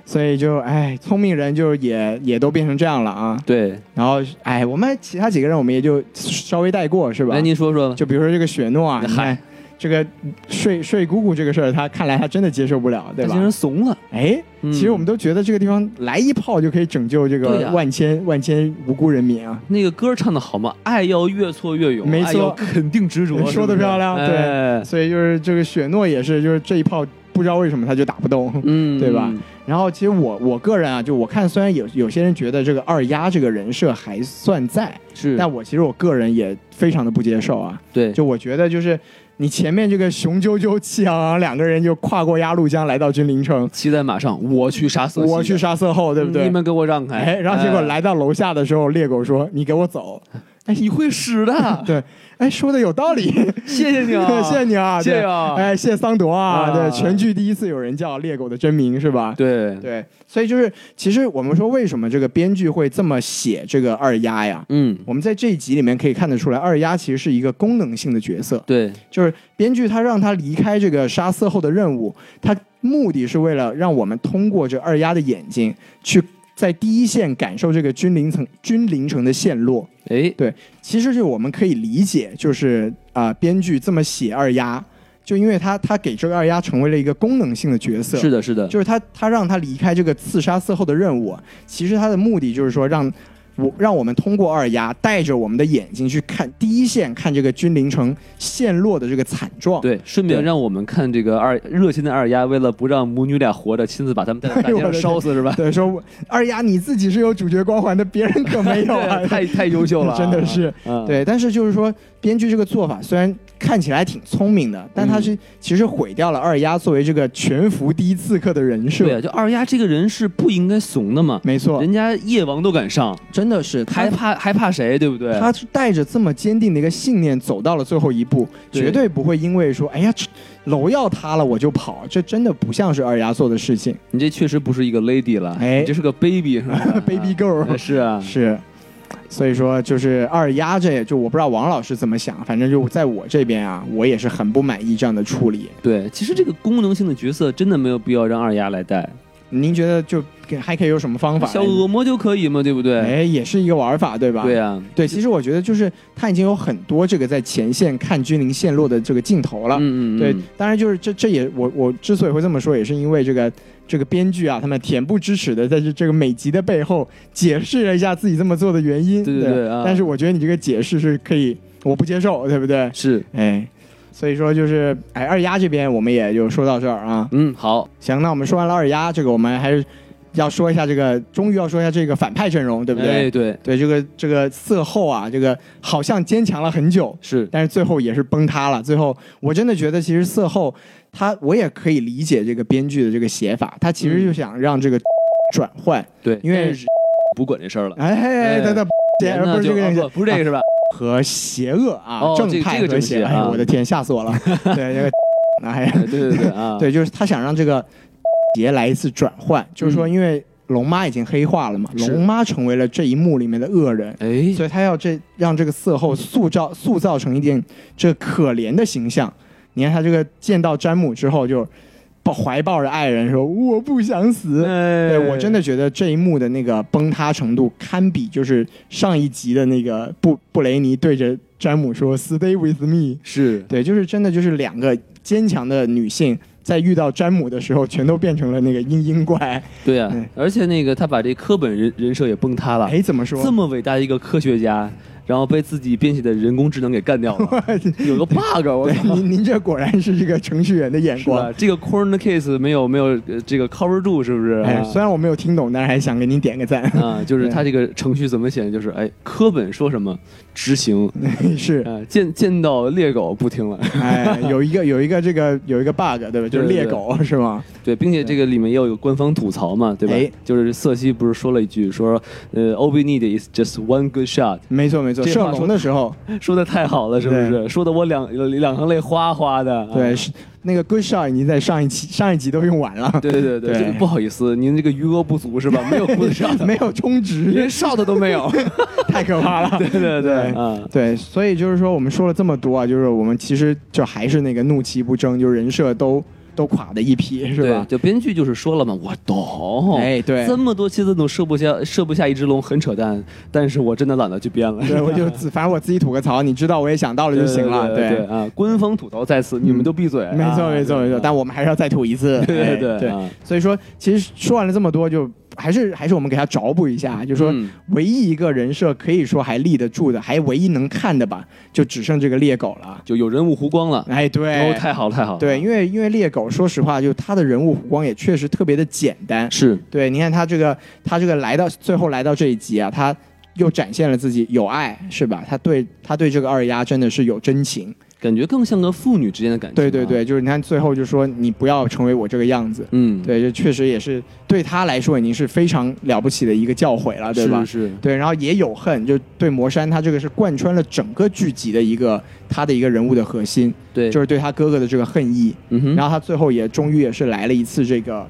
所以就哎，聪明人就也也都变成这样了啊。
对，
然后哎，我们其他几个人我们也就稍微带过，是吧
来？您说 说吧，
就比如说这个雪诺啊，你看
嗨
这个睡睡姑姑这个事儿，他看来他真的接受不了，对
他
吧
竟？然怂了。
哎，
嗯
其实我们都觉得这个地方来一炮就可以拯救这
对
个
呀
万千、万千无辜人民啊！
那个歌唱的好嘛，爱要越挫越勇，
没错
爱要肯定执着，
说得
是不是
漂亮对
哎
所以就是这个雪诺也是，就是这一炮不知道为什么他就打不动。
嗯，
对吧？然后其实我我个人啊，就我看虽然有有些人觉得这个二丫这个人设还算在，
是，
但我其实我个人也非常的不接受啊。
对，
就我觉得就是你前面这个雄赳赳气昂昂两个人就跨过鸭绿江来到君临城，
骑在马上，我去杀色，
我去，杀色后，对不对？
你们给我让开。
哎，然后结果来到楼下的时候，猎狗说：“你给我走。”
哎，你会使的，
对，哎，说的有道理，
谢谢你啊，
谢 谢你啊，
谢
对
谢啊
哎，谢桑铎啊，
啊
对，全剧第一次有人叫猎狗的真名是吧？
对，
对，所以就是，其实我们说为什么这个编剧会这么写这个二丫呀？
嗯，
我们在这一集里面可以看得出来，二丫其实是一个功能性的角色，
对，
就是编剧他让他离开这个杀色后的任务，他目的是为了让我们通过这二丫的眼睛，去在第一线感受这个君临城君临城的陷落。
哎，
其实就我们可以理解，就是啊、编剧这么写二丫，就因为他他给这个二丫成为了一个功能性的角色，
是的，是的，
就是他他让他离开这个刺杀色后的任务，其实他的目的就是说让我让我们通过二丫，带着我们的眼睛去看第一线看这个君临城陷落的这个惨状。
对，顺便
对
让我们看这个二热心的二丫，为了不让母女俩活着，亲自把他们带到大街
哎呦我
上
的
烧死，是吧？
对，说我二丫你自己是有主角光环的，别人可没有啊
对。太太优秀了 啊，
真的是
嗯，
对，但是就是说，编剧这个做法虽然看起来挺聪明的，但他
嗯
是其实毁掉了二丫作为这个全服第一刺客的人
对
设。
啊，就二丫这个人是不应该怂的嘛，
没错，
人家夜王都敢上，
真的是他
还怕还怕谁，对不对？
他是带着这么坚定的一个信念走到了最后一步，
对
绝对不会因为说哎呀这楼要塌了我就跑，这真的不像是二丫做的事情。
你这确实不是一个 lady 了，
哎
你这是个 baby 是吧
Baby girl
啊是啊，
是，所以说就是二丫这也就我不知道王老师怎么想，反正就在我这边啊，我也是很不满意这样的处理。
对，其实这个功能性的角色真的没有必要让二丫来带，
您觉得就给还可以有什么方法？
小恶魔就可以嘛，对不对？
哎，也是一个玩法，对吧？
对啊，
对，其实我觉得就是他已经有很多这个在前线看君临陷落的这个镜头了。
嗯嗯，嗯
对，当然就是这这也我我之所以会这么说，也是因为这个这个编剧啊，他们恬不知耻的在这这个每集的背后解释了一下自己这么做的原因。
对对对啊
但是我觉得你这个解释是可以，我不接受，对不对？
是，
哎，所以说就是哎，二丫这边我们也就说到这儿啊。
嗯，好，
行，那我们说完了二丫，这个我们还是要说一下这个，终于要说一下这个反派阵容，对不对？
哎，对，
对，这个这个色后啊，这个好像坚强了很久，
是，
但是最后也是崩塌了。最后，我真的觉得其实色后他，我也可以理解这个编剧的这个写法，他其实就想让这个
嗯
转换，
对，
因为
但是不管这事儿了，
哎，
哎
等等，姐
那
不是
就
这个样
啊
子
不不是这个是吧？
和邪恶啊，
哦
正
这个
派
这个
和
正
邪，
邪
哎
啊
我的天，吓死 我了。对，这个 哎呀
哎，对对对啊，
对，就是他想让这个杰来一次转换，就是说因为龙妈已经黑化了嘛，
嗯是
龙妈成为了这一幕里面的恶人。
哎，
所以他要这让这个色后塑造塑造成一点这可怜的形象。你看他这个见到詹姆之后，就抱怀抱着爱人说：“我不想死。对
对
我真的觉得这一幕的那个崩塌程度，堪比就是上一集的那个布布雷尼对着詹姆说 ‘Stay with me’。
是，
对，就是真的就是两个坚强的女性在遇到詹姆的时候，全都变成了那个嘤嘤怪。
对啊
哎，
而且那个他把这科本人人设也崩塌了。
哎，怎么说？
这么伟大的一个科学家，然后被自己编写的人工智能给干掉 了，有个 bug，我
对，
操！
您您这果然是这个程序员的眼
是
光
吧？。这个 corner case 没有没有呃这个 cover 住，是不是？
哎，
啊
虽然我没有听懂，但是还想给您点个赞。
啊，就是他这个程序怎么写？就是哎，课本说什么执行，
是，
啊，见见到猎狗不听了，
哎，有一个有一个这个有一个 bug，对吧？就是
对
猎
对
狗是吗？
对，并且这个里面也有一个官方吐槽嘛，对吧？
哎
就是瑟西不是说了一句说，呃，all we need is just one good shot，
没错没错，
这
射
话说
龙的时候，
说的太好了，是不是？说的我两两行泪哗哗的，啊
对，是那个 good shot 已经在上一期上一集都用完了，
对对对
对
这个不好意思，您这个余额不足是吧？没有 good shot，
没有充值，
连 shot 都没有，
太可怕了。
对 对
对嗯
啊，
对，所以就是说，我们说了这么多啊，就是我们其实就还是那个怒其不争，就是人设都都垮的一批，是
对，
吧？
就编剧就是说了嘛，我懂，
哎对
这么多期都射不下射不下一只龙，很扯淡，但是我真的懒得去编了。
对，我就自反正我自己吐个槽，你知道我也想到了就行了。 嗯
对对啊，官方吐槽在此，你们都闭嘴。
没错
啊
没错没错，但我们还是要再吐一 次。
对对
哎
对
对
啊
所以说，其实说完了这么多，就还是还是我们给他找补一下，就说
嗯
唯一一个人设可以说还立得住的，还唯一能看的吧，就只剩这个猎狗了。
就有人物弧光了。
哎，对
哦，，啊太好了太好了。
对，，因为因为猎狗，说实话，就他的人物弧光也确实特别的简单。
是
对，你看他这个，他这个来到最后来到这一集啊，他又展现了自己有爱，是吧？他对他对这个二丫真的是有真情。
感觉更像个父女之间的感情。啊
对对，对，就是你看最后就说你不要成为我这个样子，
嗯，，
对，这确实也是对他来说已经是非常了不起的一个教诲了，对吧？
是是。
对，然后也有恨，就对魔山，他这个是贯穿了整个剧集的一个他的一个人物的核心，
对，
就是是对他哥哥的这个恨意。
嗯哼，
然后他最后也终于也是来了一次这个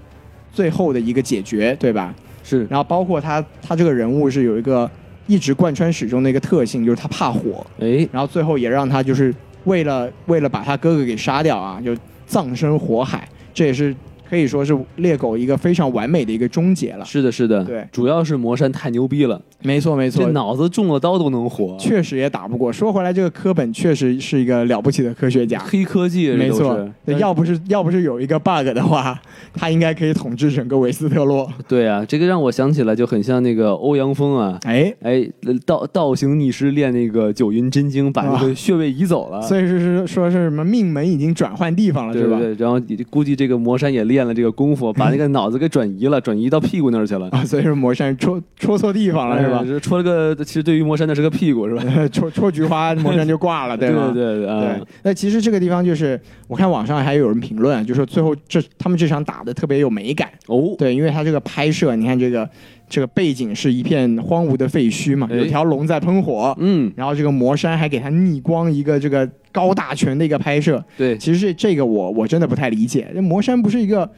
最后的一个解决，对吧？
是
然后包括他他这个人物是有一个一直贯穿始终的一个特性，就是他怕火，
哎，
然后最后也让他就是为了为了把他哥哥给杀掉啊，就葬身火海，这也是可以说是猎狗一个非常完美的一个终结了。
是的是的，
对
主要是魔山太牛逼了，
没错，没
这脑子中了刀都能活，
确实也打不过。说回来，这个科本确实是一个了不起的科学家。
黑科技这
没
都是，
错，对要不是要不是有一个 bug 的话，他应该可以统治整个维斯特 洛。
对啊，这个让我想起来就很像那个欧阳锋啊。
哎，
哎，道道行逆施练那个九阴真经，把那个穴位移走了，
啊所以是是说是什么命门已经转换地方了，
对
是吧？
对，然后你估计这个魔山也练了这个功夫，把那个脑子给转移了，转移到屁股那儿去了，
啊，所以说魔山戳戳错地啊方了，是吧
哎？？这戳了个，其实对于魔山那是个屁股，是吧？
戳戳菊花，魔山就挂了，
对
吗？
对对啊
对，那其实这个地方就是，我看网上还有人评论，啊就说最后这他们这场打的特别有美感。
哦，
对，因为它这个拍摄，你看这个这个背景是一片荒芜的废墟嘛，
哎
有条龙在喷火，
嗯，
然后这个魔山还给它逆光一个这个高大全的一个拍摄。
对，
其实这这个我我真的不太理解，这魔山不是一个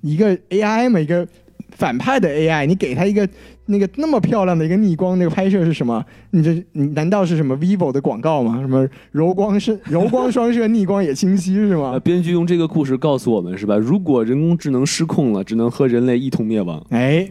一个 AI 嘛，一个反派的 AI，你给他一个那个那么漂亮的一个逆光那个拍摄是什么？你这你难道是什么 vivo 的广告吗？什么柔光是 柔光双摄，逆光也清晰是
呃，
吗？
编剧用这个故事告诉我们是吧？如果人工智能失控了，只能和人类一同灭亡。
哎，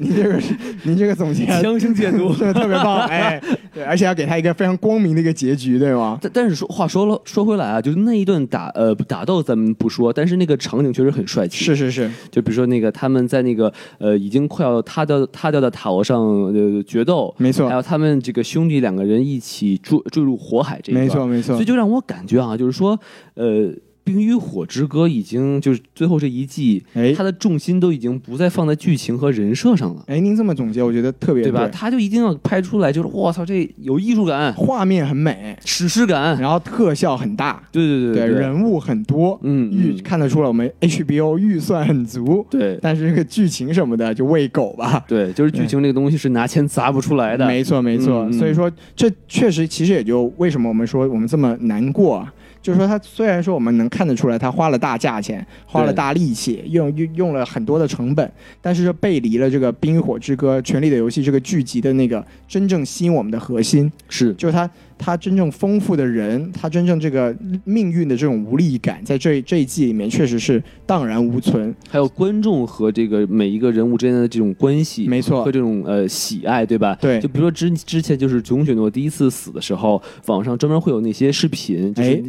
你这个你这个总 结。
强行解读
真的特别棒，哎，对，而且要给他一个非常光明的一个结局，对吗？
但但是说话说了说回来啊，就是那一段打呃打斗咱们不说，但是那个场景确实很帅气。
是是是，
就比如说那个他们在那个呃已经快要塌掉塌掉的塔楼上呃决斗，
没错
还有他们这个兄弟两个人一起坠坠入火海这一段，
没错没错
所以，就让我感觉啊，就是说呃。《冰与火之歌》已经就是最后这一季，
哎
它的重心都已经不再放在剧情和人设上了，
哎，您这么总结，我觉得特别
对吧？他就一定要拍出来，就是我操，这有艺术感、
画面很美，
史诗 感，
然后特效很大，
对对对对，
人物很多，
嗯
预
嗯
看得出来我们 HBO 预算很足，
对
但是这个剧情什么的就喂狗吧。
对，就是剧情这个东西是拿钱砸不出来的，
没错，没错。
嗯嗯
所以说，这确实其实也就为什么我们说我们这么难过、啊，就是说他虽然说我们能看得出来他花了大价钱，花了大力气，用用用了很多的成本，但是这背离了这个《冰与火之歌：权力的游戏》这个剧集的那个真正吸引我们的核心，
是
就是他他真正丰富的人，他真正这个命运的这种无力感，在这这一季里面确实是荡然无存。
还有观众和这个每一个人物之间的这种关系，
没错
和这种呃喜爱，对吧？
对
就比如说之之前就是囧雪诺第一次死的时候，网上专门会有那些视频，就是。
哎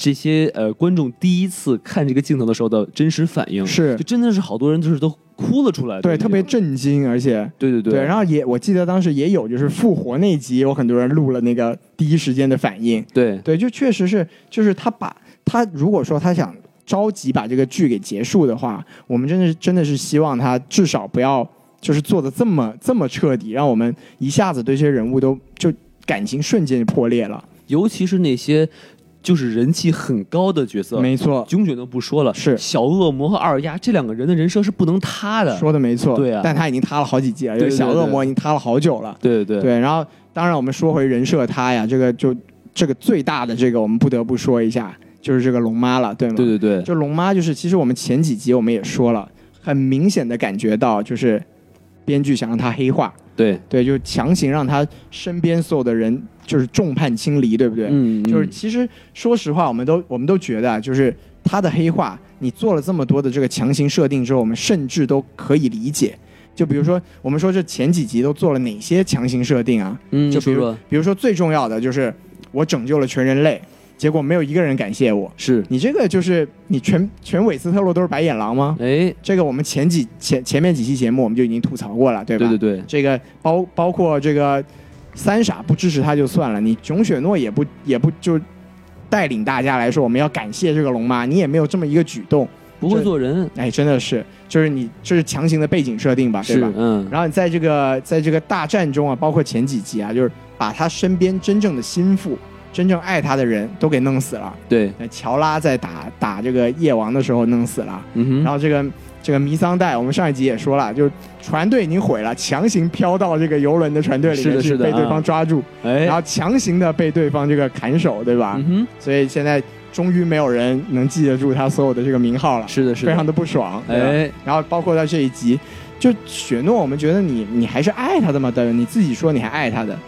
这些呃，观众第一次看这个镜头的时候的真实反应
是
就真的是好多人就是都哭了出来的那
对，
种，
特别震惊，而且
对对对
对，然后也我记得当时也有就是复活那集，有很多人录了那个第一时间的反应，
对
对，就确实是，就是他把他如果说他想着急把这个剧给结束的话，我们真的是真的是希望他至少不要就是做的这么这么彻底，让我们一下子对这些人物都就感情瞬间就破裂了。
尤其是那些就是人气很高的角色，
没错，
军犬都不说了，
是
小恶魔和二丫这两个人的人设是不能塌的。
说的没错，
对啊
但他已经塌了好几季了，
对对
小
对
恶魔已经塌了好久了。
对对对，
对，然后当然我们说回人设他呀，这个就这个最大的这个我们不得不说一下，就是这个龙妈了，对吗？
对对对，
就龙妈就是，其实我们前几集我们也说了，很明显的感觉到就是编剧想让她黑化，
对，
对，就强行让她身边所有的人就是众叛亲离，对不对？
嗯，
就是
嗯
其实说实话，我们都我们都觉得啊，就是她的黑化，你做了这么多的这个强行设定之后，我们甚至都可以理解。就比如说，我们说这前几集都做了哪些强行设定啊？
嗯，
就比
说
如
说
比如说最重要的就是我拯救了全人类，结果没有一个人感谢我。
是，
你这个就是你全全韦斯特洛都是白眼狼吗？
哎，
这个我们前几前前面几期节目我们就已经吐槽过了，对
对
吧？
对对，
这个包包括这个三傻不支持他就算了，你囧雪诺也不也不就带领大家来说我们要感谢这个龙妈，你也没有这么一个举动，
不会做人
哎，真的是就是你这是强行的背景设定吧，对
是
吧？
嗯，
然后你在这个在这个大战中啊，包括前几集啊，就是把他身边真正的心腹、真正爱他的人都给弄死了。
对，
呃，乔拉在打打这个夜王的时候弄死了，
嗯
然
哼，
后这个这个弥桑代，我们上一集也说了，就是船队已经毁了，强行飘到这个游轮的船队里
是
面
的
去，
是的
被对方
啊
抓住，然
哎，
后强行的被对方这个砍手，对吧？
嗯
所以现在终于没有人能记得住他所有的这个名号了
哼，，是的，是
啊非常
的，
的不爽，对吧
哎，
然后包括到这一集，就雪诺，我们觉得你你还是爱他的嘛，对吧？你自己说你还爱他的，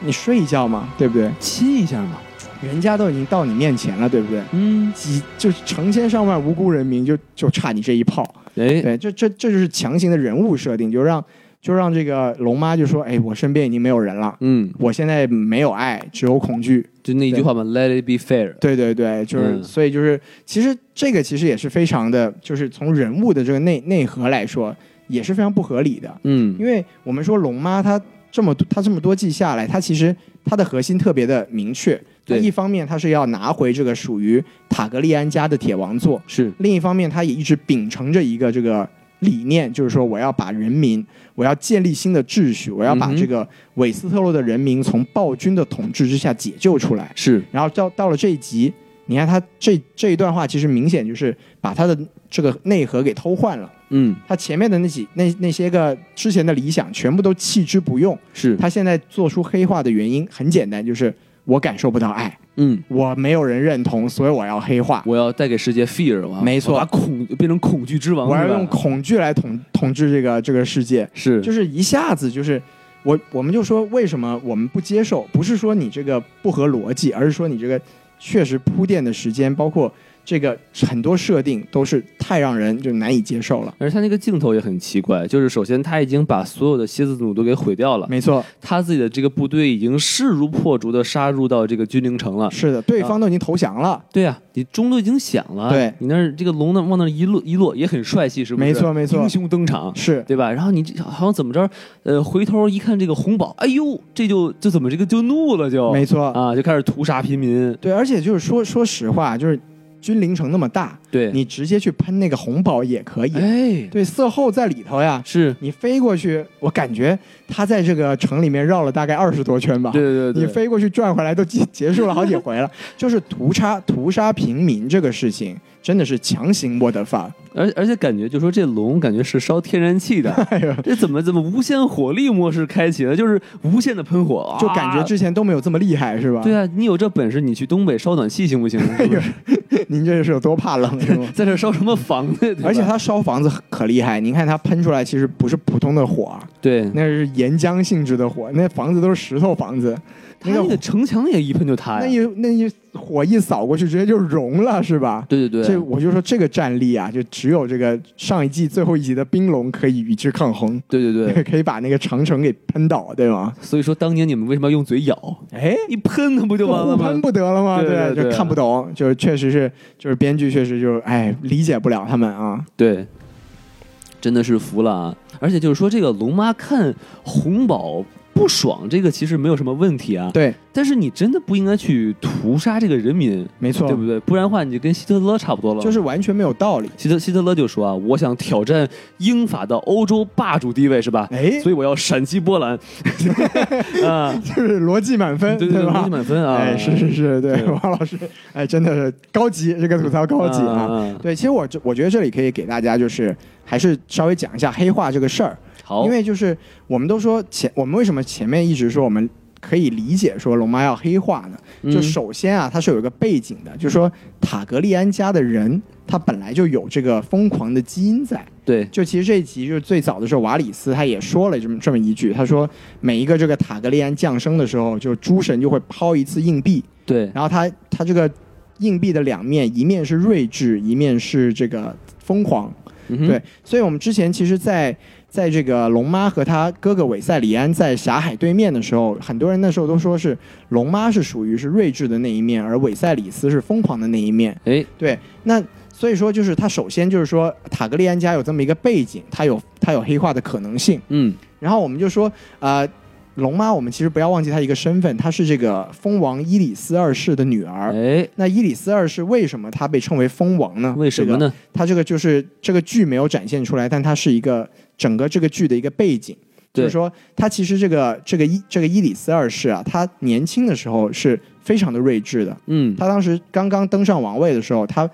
你睡一觉嘛，对不对？
亲一下嘛，
人家都已经到你面前了，对不对？
嗯，
几就是成千上万无辜人民就就差你这一炮，
哎，
对，这这这就是强行的人物设定，就让就让这个龙妈就说，哎，我身边已经没有人了，
嗯，
我现在没有爱，只有恐惧。
就那一句话嘛，Let it be fair，
对对对，就是、
嗯
所以就是其实这个其实也是非常的，就是从人物的这个内内核来说，也是非常不合理的。
嗯
因，为我们说龙妈她这么多，她这么多季下来，她其实她的核心特别的明确。她
对
一方面她是要拿回这个属于塔格利安家的铁王座，
是，
另一方面她也一直秉承着一个这个理念，就是说我要把人民，我要建立新的秩序，我要把
嗯哼
这个韦斯特洛的人民从暴君的统治之下解救出来。
是，
然后到到了这一集，你看他这这一段话，其实明显就是把他的这个内核给偷换了。
嗯，
他前面的那几那那些个之前的理想全部都弃之不用。
是，
他现在做出黑化的原因很简单，就是我感受不到爱，
嗯，
我没有人认同，所以我要黑化，
我要带给世界 fear，我要
没错
我把恐变成恐惧之王，
我要
是吧
用恐惧来统统治这个这个世界。
是，
就是一下子就是我我们就说为什么我们不接受？不是说你这个不合逻辑，而是说你这个确实铺垫的时间，包括这个很多设定都是太让人就难以接受了。
而且他那个镜头也很奇怪，就是首先他已经把所有的蝎子弩都给毁掉了，
没错，
他自己的这个部队已经势如破竹的杀入到这个军陵城了。
是的，对方都已经投降了。
对呀、你钟都已经响了，
啊对
你那儿这个龙呢往那儿一落一落也很帅气，是不是？
没错没错
英雄登场，
是
对吧？然后你这好像怎么着，呃，回头一看这个红宝，哎呦，这就就怎么这个就怒了就，
没错，
啊，就开始屠杀平民，
对，而且就是说说实话，就是君临城那么大，
对，
你直接去喷那个红宝也可以。
哎，
对，色后在里头呀，
是，
你飞过去，我感觉他在这个城里面绕了大概二十多圈吧。
对对对，
你飞过去转回来都结 结束了好几回 了，就是屠杀屠杀平民这个事情真的是强行 what the fuck，
而而且感觉就说这龙感觉是烧天然 气的，
哎
这怎么怎么无限火力模式开启了？就是无限的喷火，啊
就感觉之前都没有这么厉害是吧？
对啊，你有这本事，你去东北烧暖气行不行？
哎
是不是？
您这是有多怕冷是吗
在这烧什么房 呢？ 对吧
而且它烧房子可厉害，您看它喷出来其实不是普通的火啊，
对
那是岩浆性质的火，那房子都是石头房子，
他那
火
个城墙也一喷就塌
那
呀。
一那一火一扫过去，直接就融了是吧？
对对
这
对，
我就说这个战力啊，就只有这个上一季最后一集的冰龙可以与之抗衡，
对对 对。
可以把那个长城给喷倒，对吗？
所以说当年你们为什么要用嘴咬？
哎，
一喷它不就完
互
了
喷
吗？
不得了吗？
对对
就
对
看不懂，啊就是确实是，就是编剧确实就是哎理解不了他们啊。
对。真的是服了啊！而且就是说，这个龙妈看红宝不爽，这个其实没有什么问题啊。
对，
但是你真的不应该去屠杀这个人民，
没错，
对不对？不然的话，你就跟希特勒差不多了。
就是完全没有道理。
希特希特勒就说啊，我想挑战英法的欧洲霸主地位，是吧？
哎，
所以我要闪击波兰， 啊，
就是逻辑满分，
对对对，
吧
逻辑？满分啊，
哎，是是是，对，
对
王老师，哎，真的是高级，这个吐槽高级啊。
嗯，嗯嗯
对，其实我这我觉得这里可以给大家就是还是稍微讲一下黑化这个事儿，
好，
因为就是我们都说前我们为什么前面一直说我们可以理解说龙妈要黑化呢？就
嗯
首先啊，它是有一个背景的，就是说塔格利安家的人他本来就有这个疯狂的基因在。
对，
就其实这一集就是最早的时候，瓦里斯他也说了这么这么一句，他说每一个这个塔格利安降生的时候，就诸神就会抛一次硬币，
对，
然后他他这个硬币的两面，一面是睿智，一面是这个疯狂。
嗯哼
对，所以我们之前其实在，在这个龙妈和她哥哥韦塞里安在峡海对面的时候，很多人那时候都说是龙妈是属于是睿智的那一面，而韦塞里斯是疯狂的那一面。
哎，
对，那所以说就是他首先就是说塔格利安家有这么一个背景，他有他有黑化的可能性。
嗯，
然后我们就说，呃，龙妈，我们其实不要忘记她一个身份，她是这个蜂王伊里斯二世的女儿。
哎，
那伊里斯二世为什么她被称为蜂王呢？
为什么
这个？
呢？
她这个就是这个剧没有展现出来，但它是一个整个这个剧的一个背景。就
对
是说，她其实这个这个伊这个伊里斯二世啊，她年轻的时候是非常的睿智的，
嗯，
他当时刚刚登上王位的时候，他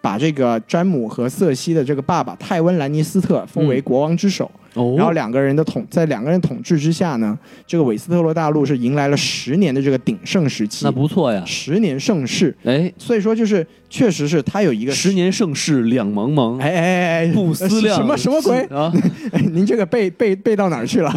把这个詹姆和瑟西的这个爸爸泰温·兰尼斯特封为国王之首，
嗯哦，
然后两个人的统在两个人统治之下呢，这个韦斯特洛大陆是迎来了十年的这个鼎盛时期
那，不错呀，
十年盛世。
哎，
所以说，就是确实是他有一个
十，年盛世两 茫茫，
哎哎哎哎，
嗯不思量
什么什么 鬼？
啊，
哎您这个背背背到哪儿去了？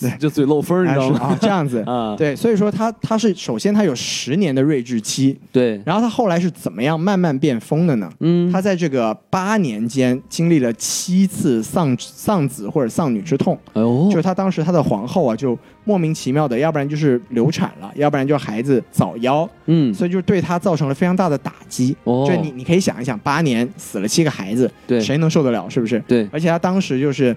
就就嘴漏风儿，你
哎
知道
是
吗？
啊，这样子。
啊，
对，所以说他他是首先他有十年的睿智期，
对，
然后他后来是怎么样慢慢变疯的呢？
嗯，
他在这个八年间经历了七次丧丧子或者丧女之痛，
哎
就
呦，
是他当时他的皇后啊，就莫名其妙的，要不然就是流产了，要不然就孩子早夭，
嗯，
所以就对他造成了非常大的打击。
哦，
就你你可以想一想，八年死了七个孩子，
对
谁能受得了？是不是？
对，
而且他当时就是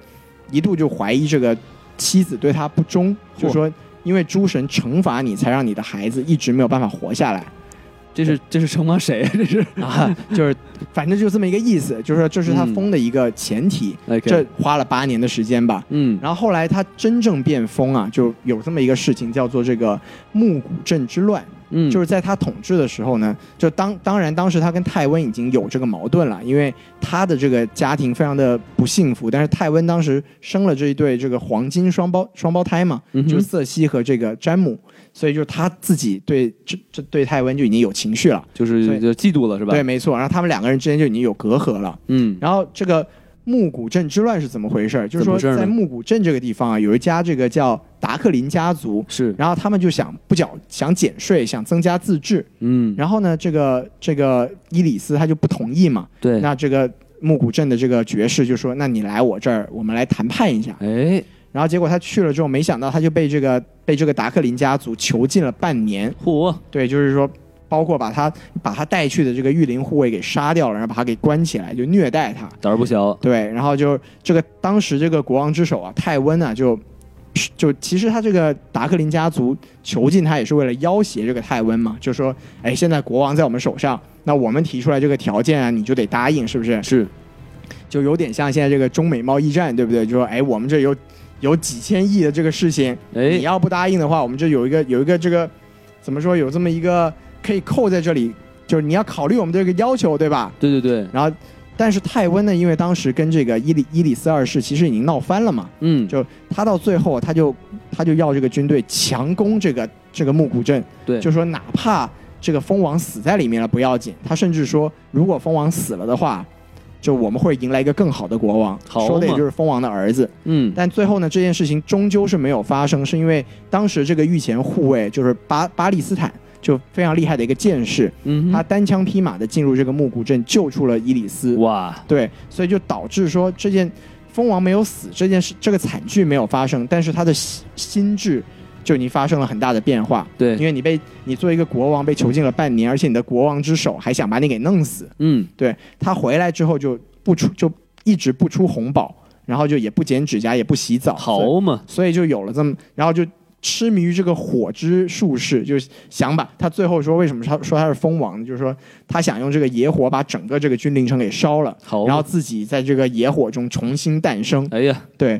一度就怀疑这个妻子对他不忠，就说因为诸神惩罚你，才让你的孩子一直没有办法活下来。
这是这是惩罚谁？这是
啊，就是反正就这么一个意思，就是说这是他
嗯
疯的一个前提，
OK
这花了八年的时间吧。
嗯，
然后后来他真正变疯啊，就有这么一个事情叫做这个木古镇之乱，
嗯，
就是是在他统治的时候呢，就当当然当时他跟泰温已经有这个矛盾了，因为他的这个家庭非常的不幸福，但是泰温当时生了这一对这个黄金双胞双胞胎嘛，
嗯哼
就是瑟西和这个詹姆，所以就是他自己对这这对泰温就已经有情绪了。
就是
对
就嫉妒了是吧？
对，，没错。然后他们两个人之间就已经有隔阂了。
嗯，
然后这个木古镇之乱是怎么回事儿？就是
怎
说，
么回事儿呢
在木古镇这个地方啊，有一家这个叫达克林家族，
是，
然后他们就想不缴想减税，想增加自治。
嗯，
然后呢，这个这个伊里斯他就不同意嘛。
对，
那这个木古镇的这个爵士就说：“那你来我这儿，我们来谈判一下。
哎，”
然后结果他去了之后，没想到他就被这个被这个达克林家族囚禁了半年。
嚯，
对，就是说，包括把他把他带去的这个御林护卫给杀掉了，然后把他给关起来，就虐待他。
胆儿不小，
对，然后就这个当时这个国王之首啊，泰温啊，就就其实他这个达克林家族囚禁他也是为了要挟这个泰温嘛，就说，哎，现在国王在我们手上，那我们提出来这个条件啊，你就得答应，是不是？
是，
就有点像现在这个中美贸易战，对不对？就说，哎，我们这有有几千亿的这个事情，你
哎，
要不答应的话，我们就有一个有一个这个怎么说，有这么一个可以扣在这里，就是你要考虑我们这个要求，对吧？
对对对，
然后，但是泰温呢，因为当时跟这个伊里伊里斯二世其实已经闹翻了嘛，
嗯，
就他到最后他就他就要这个军队强攻这个这个木古镇，
对，
就说哪怕这个蜂王死在里面了不要紧，他甚至说如果蜂王死了的话。就我们会迎来一个更好的国王，
好
说的也
嘛
就是蜂王的儿子。
嗯，
但最后呢，这件事情终究是没有发生，是因为当时这个御前护卫就是巴巴利斯坦，就非常厉害的一个剑士，
嗯
他
哼，
单枪匹马的进入这个木古镇，救出了伊里斯。
哇，
对，所以就导致说这件蜂王没有死这件事，这个惨剧没有发生，但是他的心心智就已经发生了很大的变化，因
对，
为你被你作为一个国王被囚禁了半年，而且你的国王之手还想把你给弄死，
嗯，
对他回来之后就不出就一直不出红宝，然后就也不剪指甲，也不洗澡，所以
好嘛，
所以就有了这么，然后就痴迷于这个火之术士，就是想把他最后说为什么他说他是蜂王呢？就是说他想用这个野火把整个这个君临城给烧了，
好嘛，
然后自己在这个野火中重新诞生。
哎呀，
对，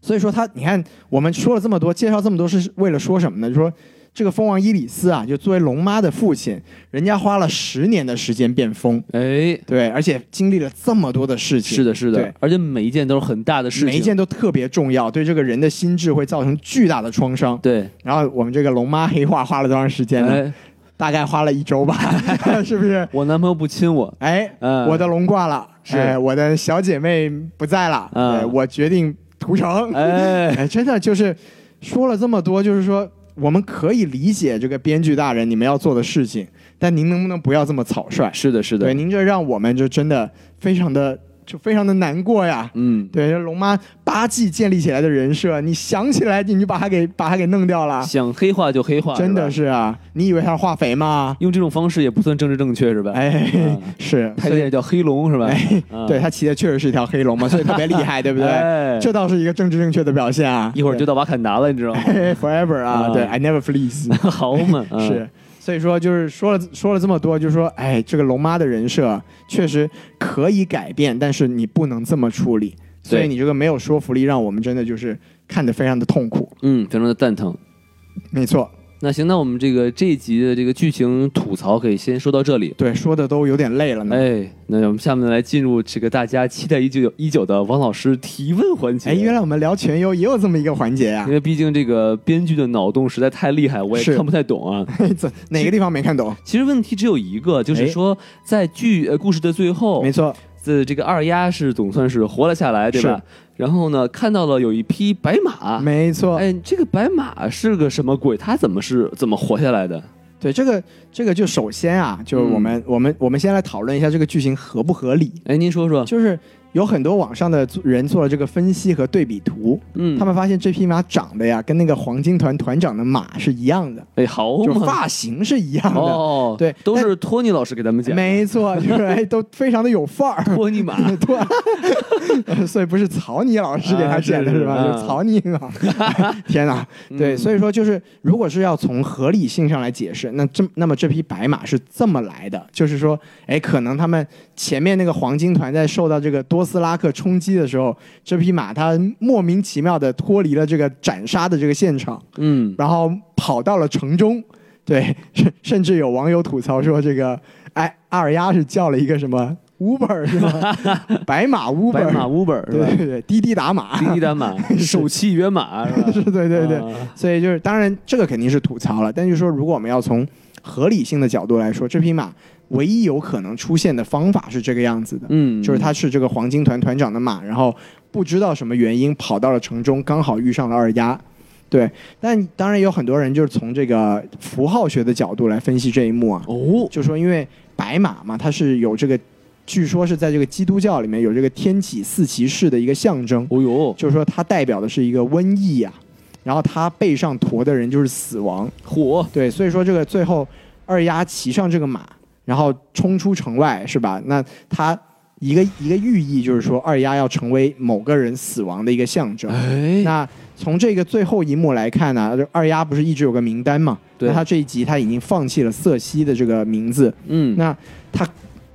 所以说他，你看我们说了这么多，介绍这么多是为了说什么呢？就说这个蜂王伊里斯啊，就作为龙妈的父亲，人家花了十年的时间变疯，
哎，
对，而且经历了这么多的事情，
是的，是的
对，
而且每一件都是很大的事情，
每一件都特别重要，对这个人的心智会造成巨大的创伤。
对，
然后我们这个龙妈黑化花了多长时间呢？
哎，
大概花了一周吧， 是不是？
我男朋友不亲我，
哎，
嗯
我的龙挂了，
是
哎，我的小姐妹不在了，
嗯
哎我决定屠城。
哎，
哎，真的就是说了这么多，就是说我们可以理解这个编剧大人你们要做的事情，但您能不能不要这么草率？
是的，是
对，
的，
您这让我们就真的非常的就非常的难过呀。
嗯，
对，这龙妈八季建立起来的人设，你想起来你就把它给把它给弄掉了，
想黑化就黑化，
啊真的
吧
是啊！你以为他是化肥吗？
用这种方式也不算政治正确是嗯吧？
哎，是，
他也叫黑龙是吧？
哎
啊
对，他骑的确实是一条黑 龙嘛，所以特别厉害，对不对？
哎
这倒是一个政治正确的表现啊！
一会儿就到瓦坎达了，你知道吗？
对 forever 啊，
啊
对，I never flees。
好嘛，啊
哎 是，所以说就是说了说了这么多，就是说，哎，这个龙妈的人设确实可以改变，但是你不能这么处理，所以
对
你这个没有说服力，让我们真的就是看得非常的痛苦。
嗯，非常的蛋疼。
没错，
那行，那我们这个这一集的这个剧情吐槽可以先说到这里。
对，说的都有点累了呢。
哎，那我们下面来进入这个大家期待已久已久的王老师提问环节。
哎，原来我们聊全优也有这么一个环节啊呀
因、为毕竟这个编剧的脑洞实在太厉害，我也
是
看不太懂啊。
啊， 怎哪个地方没看懂？
其实问题只有一个，就是说在剧呃故事的最后
哎没，错，
这这个二丫是总算是活了下来，对吧？然后呢，看到了有一匹白马，
没错，
哎，这个白马是个什么鬼？它怎么是怎么活下来的？
对，这个这个就首先啊，就是我
嗯
们、我们我们先来讨论一下这个剧情合不合理，
哎，您说说，
就是有很多网上的人做了这个分析和对比图，
嗯，
他们发现这匹马长得呀，跟那个黄金团团长的马是一样的，
哎，好
就
嘛，
发型是一样的。
哦，
对
都是托尼老师给咱们讲，
没错，就是哎，都非常的有范儿，
托尼 马，
对， 所以不是曹尼老师给他
啊是
剪
嗯
的是吧？
是
就是
啊
曹尼 嘛，天哪！对，所以说就是，如果是要从合理性上来解释，那这那么这匹白马是这么来的，就是说，哎，可能他们前面那个黄金团在受到这个多斯拉克冲击的时候，这匹马它莫名其妙的脱离了这个斩杀的这个现场，
嗯，
然后跑到了城中。对，甚甚至有网友吐槽说，这个哎，阿尔丫是叫了一个什么 Uber 是吗？ 白马 Uber，
白马 Uber 是
对
吧？
对对，滴滴打马，
滴滴 单马，首汽约马是吧？
是，对对对。
啊嗯
所以就是，当然这个肯定是吐槽了，但就是说，如果我们要从合理性的角度来说，这匹马唯一有可能出现的方法是这个样子的，
嗯，
就是它是这个黄金团团长的马，然后不知道什么原因跑到了城中，刚好遇上了二丫。对，但当然有很多人就是从这个符号学的角度来分析这一幕啊，
哦，
就说因为白马嘛，它是有这个，据说是在这个基督教里面有这个天启四骑士的一个象征，
哦呦，
就是说它代表的是一个瘟疫啊，然后它背上驮的人就是死亡，
火，
对，所以说这个最后二丫骑上这个马，然后冲出城外，是吧？那它一个一个寓意就是说二丫要成为某个人死亡的一个象征。
哎，
那从这个最后一幕来看呢、就二丫不是一直有个名单嘛？
对
那她这一集她已经放弃了瑟西的这个名字，
嗯，
那他，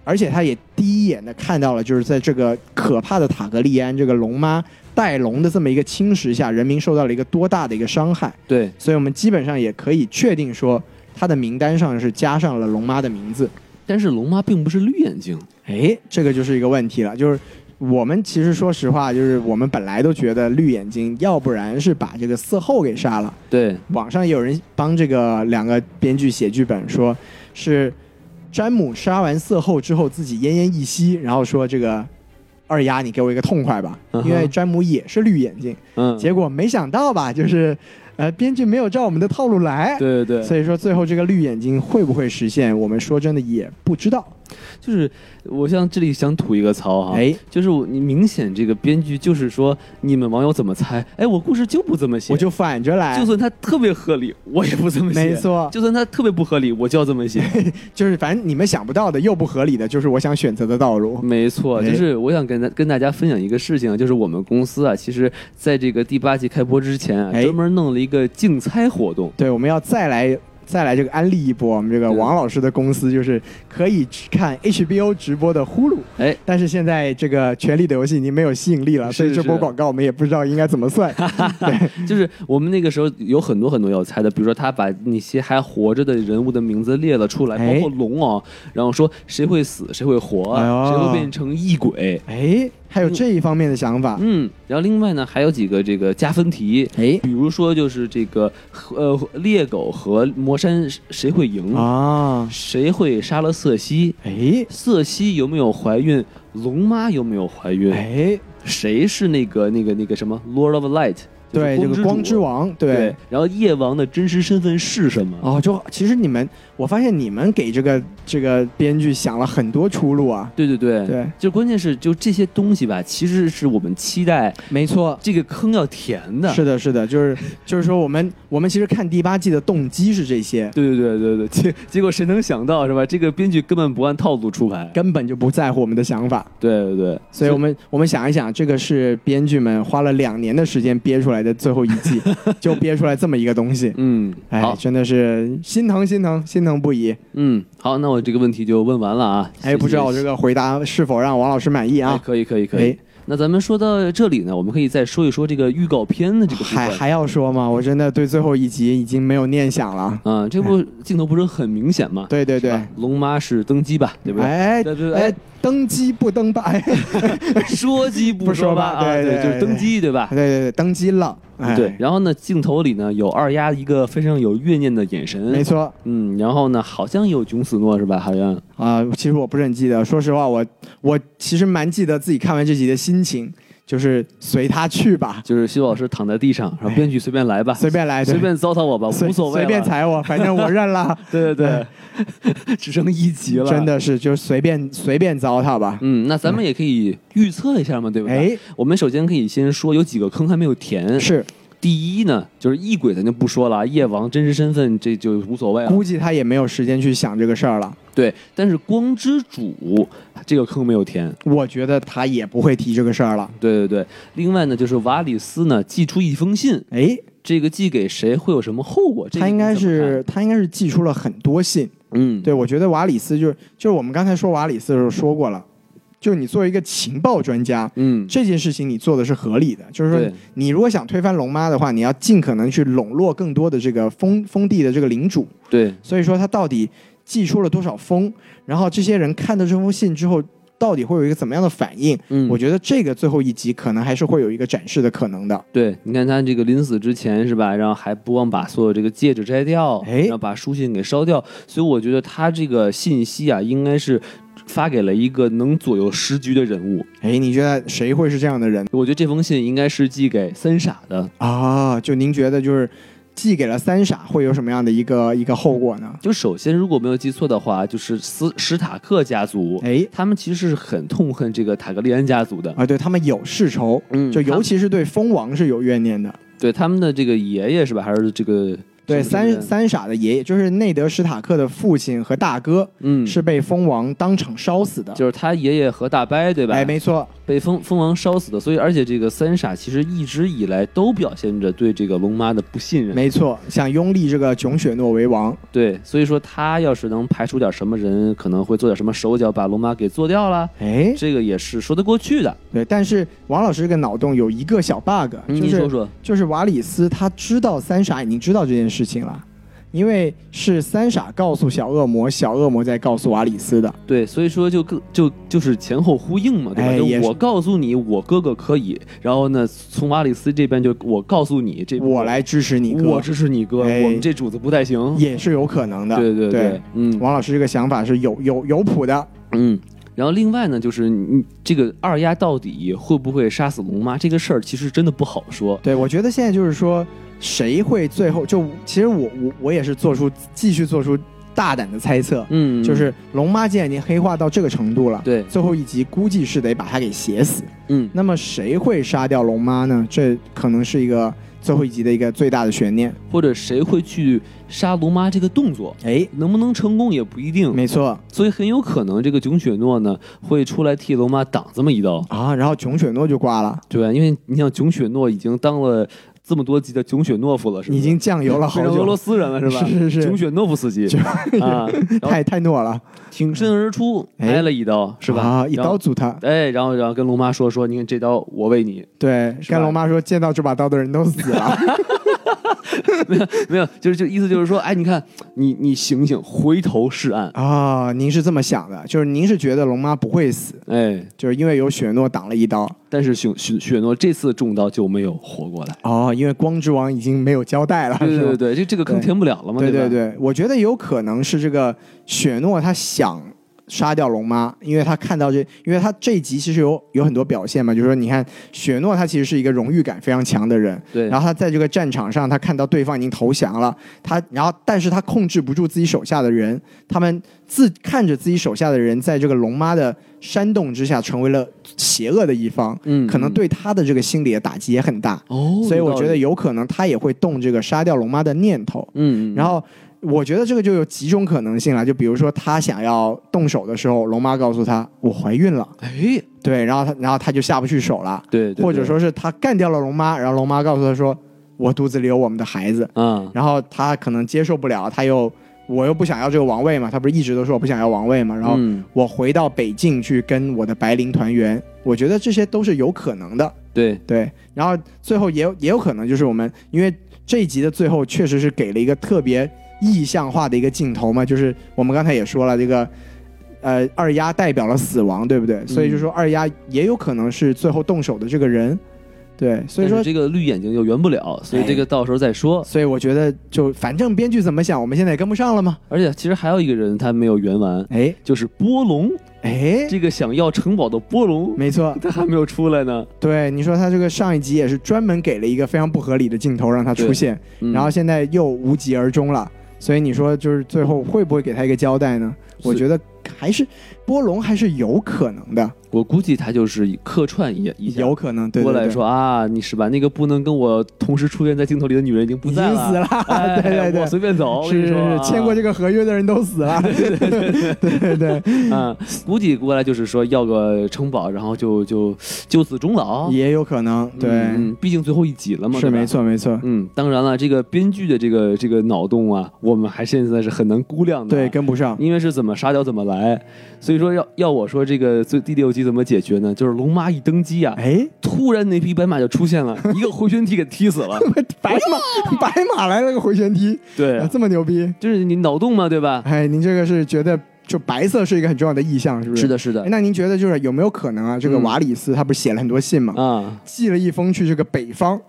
而且他也第一眼的看到了，就是在这个可怕的塔格利安这个龙妈带龙的这么一个侵蚀下，人民受到了一个多大的一个伤害。
对，
所以我们基本上也可以确定说，他的名单上是加上了龙妈的名字。
但是龙妈并不是绿眼睛，
哎，这个就是一个问题了，就是。我们其实说实话，就是我们本来都觉得绿眼睛，要不然是把这个四后给杀了，
对，
网上也有人帮这个两个编剧写剧本，说是詹姆杀完色后之后自己奄奄一息，然后说这个二丫你给我一个痛快吧，
嗯哼
因为詹姆也是绿眼睛。
嗯，
结果没想到吧，就是呃编剧没有照我们的套路来，
对对对，
所以说最后这个绿眼睛会不会实现，我们说真的也不知道。
就是我像这里想吐一个槽哈，
哎，
就是我你明显这个编剧就是说你们网友怎么猜，哎，我故事就不这么写，
我就反着来，
就算它特别合理，我也不这么写，
没错
就算它特别不合理，我就要这 么写，
就是反正你们想不到的又不合理的，就是我想选择的道路。
没错，
哎
就是我想跟大跟大家分享一个事情啊，就是我们公司啊，其实在这个第八季开播之前啊，
哎
专门弄了一个竞猜活动。
对，我们要再来再来这个安利一波，我们这个
对
王老师的公司就是可以只看 HBO 直播的呼噜。
哎，
但是现在这个《权力的游戏》已经没有吸引力了，
是
所以这波
是
广告我们也不知道应该怎么 算。
就是我们那个时候有很多很多要猜的，比如说他把那些还活着的人物的名字列了出来，
哎
包括龙啊，然后说谁会死，谁会活，
哎呦
谁会变成异鬼。
哎，还有这一方面的想法。
嗯，然后另外呢，还有几个这个加分题，
哎
比如说就是这个呃猎狗和魔山谁会赢，
啊，
谁会杀了瑟西，
哎
瑟西有没有怀孕？龙妈有没有怀孕？
哎，
谁是那个那个那个什么 Lord of Light？
对，这
就是
个光之
主。
王，
对
对。
然后夜王的真实身份是什么？
哦，就其实你们，我发现你们给这个这个编剧想了很多出路啊。
对对对，
对，
就关键是就这些东西吧，其实是我们期待
没错，
这个坑要填的。
是的，是的，就是就是说，我们我们其实看第八季的动机是这些，
对对对对 对，结结果谁能想到是吧？这个编剧根本不按套路出牌。
根本就不在乎我们的想法。
对对对，
所以我们我们想一想，这个是编剧们花了两年的时间憋出来的最后一 季，就憋出来这么一个东西。
嗯，
哎，
好，
真的是心疼心疼心疼不已。
嗯，好，那我这个问题就问完了啊。
哎，不知道我
这。
这个回答是否让王老师满意
哎
啊？
可以可以可以
哎。
那咱们说到这里呢，我们可以再说一说这个预告片的这个部
还
分。
还要说吗？我真的对最后一集已经没有念想了。
啊，这部镜头不是很明显吗？
对对对
是，吧，龙妈是登基吧，对不对？
哎
对对对
哎，登基不登 吧？哎，对
说鸡不
不说
说吧，
吧
啊，
对对
就是登基，对吧？
对对，登基了。哎，
对。，然后呢，镜头里呢有二丫一个非常有怨念的眼神，
没。错
嗯，然后呢，好像有囧死诺是吧？好像
啊、其实我不是很记得，说实话，我我其实蛮记得自己看完这集的心情，就是随他去吧，
就是修老师躺在地上，然后
哎
编剧随便来吧，
随便来，对
随便糟蹋我吧，
随
无所谓，
随便。踩我，反正我认了。
对对 对， 只剩一集了，
真。的是就随便随便糟蹋吧。
嗯，那咱们也可以预测一下嘛，对不对？
哎，
我们首先可以先说有几个坑还没有填。
是，
第一呢，就是异鬼咱就不说了啊，夜王真实身份这就无所谓了。
估计他也没有时间去想这个事儿了。
对，但是光之主这个坑没有填。
我觉得他也不会提这个事儿了。
对对对，另外呢，就是瓦里斯呢寄出一封信，
哎，
这个寄给谁会有什么后果？这个
他应该
你怎么看
是他应该是寄出了很多信。
嗯，
对，我觉得瓦里斯就是就是我们刚才说瓦里斯的时候说过了，就是你作为一个情报专家，
嗯，
这件事情你做的是合理的，就是说
对
你如果想推翻龙妈的话，你要尽可能去笼络更多的这个封封地的这个领主。
对
所以说他到底寄出了多少封，然后这些人看到这封信之后，到底会有一个怎么样的反应？
嗯
我觉得这个最后一集可能还是会有一个展示的可能的。
对，你看他这个临死之前是吧，然后还不忘把所有这个戒指摘掉，
哎
然后把书信给烧掉，所以我觉得他这个信息啊，应该是发给了一个能左右时局的人物。
哎，你觉得谁会是这样的人
我觉得这封信应该是寄给三傻的，
啊？就您觉得就是寄给了三傻会有什么样的一个一个后果呢？
就首先，如果没有记错的话，就是斯史塔克家族，
哎
他们其实是很痛恨这个塔格利安家族的。
啊，对他们有世仇，
嗯
就
他
尤
们
其是对蜂王是有怨念的。
对他们的这个爷爷是吧，还是这个
对
是不是
三三傻的爷爷就是内德史塔克的父亲和大哥，
嗯，
是被蜂王当场烧死的。
就是他爷爷和大伯对吧？
哎，没错，
被蜂蜂王烧死的，所以而且这个三傻其实一直以来都表现着对这个龙妈的不信任。
没错，想拥立这个囧雪诺为王，
对，所以说他要是能排除点什么人，可能会做点什么手脚把龙妈给做掉了，
哎，
这个也是说得过去的。
对，但是王老师这个脑洞有一个小 bug，
嗯
就
您说
是
说，
就是瓦里斯他知道三傻已经知道这件事情了，因为是三傻告诉小恶魔，小恶魔在告诉瓦里斯的，
对，所以说就更就就是前后呼应嘛，对吧？
哎也
就是我告诉你，我哥哥可以，然后呢，从瓦里斯这边就我告诉你，这
我来支持你哥，
我支持你哥，
哎
我们这主子不太行。
也是有可能的，
对对对，嗯
王老师这个想法是有有有谱的，
嗯。然后另外呢，就是你这个二丫到底会不会杀死龙妈这个事儿，其实真的不好说。
对我觉得现在就是说谁会最后就其实我我我也是做出继续做出大胆的猜测，
嗯，
就是龙妈既然已经黑化到这个程度了，
对
最后一集估计是得把她给写死。
嗯
那么谁会杀掉龙妈呢？这可能是一个最后一集的一个最大的悬念。
或者谁会去杀龙妈这个动作，
哎，
能不能成功也不一定，
嗯没错
所以很有可能这个囧雪诺呢会出来替龙妈挡这么一刀。
啊，然后囧雪诺就挂了，
对，因为你像囧雪诺已经当了这么多集的囧雪诺夫了，是吧？
已经酱油了好
变成俄罗
久，
斯人了，是吧？
是是是
囧雪诺夫斯基啊，然后
太太懦了，
挺身而出，
哎
挨了一刀，是吧？
啊，一
然
刀
后。
阻他。
哎，然后然后跟龙妈说说，你看这刀我喂你，
对，
是吧
跟龙妈说见到这把刀的人都死 了。
没有，就是就意思就是说，哎，你看你你醒醒，回头是岸，
啊、您是这么想的，就是您是觉得龙妈不会死，
哎，
就是因为有雪诺挡了一刀。
但是雪雪雪诺这次中刀就没有活过来，
哦，因为光之王已经没有交代了，
对
是吧
对对对，这这个坑
对
填不了了嘛，
对
吧？
对对，我觉得有可能是这个雪诺他想杀掉龙妈，因为他看到这，因为他这一集其实有有很多表现嘛，就是说你看雪诺他其实是一个荣誉感非常强的人，
对
然后他在这个战场上，他看到对方已经投降了，他然后但是他控制不住自己手下的人，他们自看着自己手下的人在这个龙妈的煽动之下成为了邪恶的一方，
嗯
可能
嗯
对他的这个心理的打击也很大，
哦，
所以我
有道
觉得
理，
有可能他也会动这个杀掉龙妈的念头。
嗯，嗯
然后我觉得这个就有几种可能性了，就比如说他想要动手的时候，龙妈告诉他我怀孕了，
哎，
对，然后他然后他就下不去手了，
对，对
或者说是他干掉了龙妈，然后龙妈告诉他说我肚子里有我们的孩子，
对啊，
然后他可能接受不了，他又我又不想要这个王位嘛，他不是一直都说我不想要王位嘛，然后
嗯
我回到北境去跟我的白灵团圆，我觉得这些都是有可能的。
对，
对，然后最后也有也有可能就是我们，因为这一集的最后确实是给了一个特别意象化的一个镜头嘛，就是我们刚才也说了这个。呃，二丫代表了死亡，对不
嗯
对？所以就说二丫也有可能是最后动手的这个人，对。所以
但
说哎
是，这个绿眼睛又圆不了，所以这个到时候再说。
所以我觉得就反正编剧怎么想，我们现在也跟不上了嘛。
而且其实还有一个人他没有圆完，
哎
就是波龙，
哎，
这个想要城堡的波龙，
没错，
他还没有出来呢。
对你说他这个上一集也是专门给了一个非常不合理的镜头让他出
对
现，
嗯
然后现在又无疾而终了，所以你说就是最后会不会给他一个交代呢？
是
我觉得还是波龙还是有可能的，
我估计他就是以客串一一下
有可能对
过
对
来
对，
说啊，你是吧？那个不能跟我同时出现在镜头里的女人已经不
已
在
经死
了，
了，
哎
对对
我
对。
随便走，我跟
是
你
是
说
是
啊，
签过这个合约的人都死了，对对对对，
啊，估计过来就是说要个城堡，然后就就就此终老。
也有可能，对，
嗯，嗯毕竟最后一集了嘛，
是
对吧
没。错没错，
嗯，当然了，这个编剧的这个这个脑洞啊，我们还现在是很难估量的。啊
对，跟不上，
因为是怎么杀掉怎么来，所以说要要我说这个最第六集怎么解决呢？就是龙妈一登基啊，
哎，
突然那匹白马就 出现了，一个回旋踢给踢死了。
白马白马来了个回旋踢，
对
啊
啊，
这么牛逼，
就是你脑洞嘛，对吧？
哎，您这个是觉得就白色是一个很重要的意象，是不是？
是的，是
哎。
的
那您觉得就是有没有可能啊？这个
嗯
瓦里斯他不是写了很多信嘛，
啊，
寄了一封去这个北方，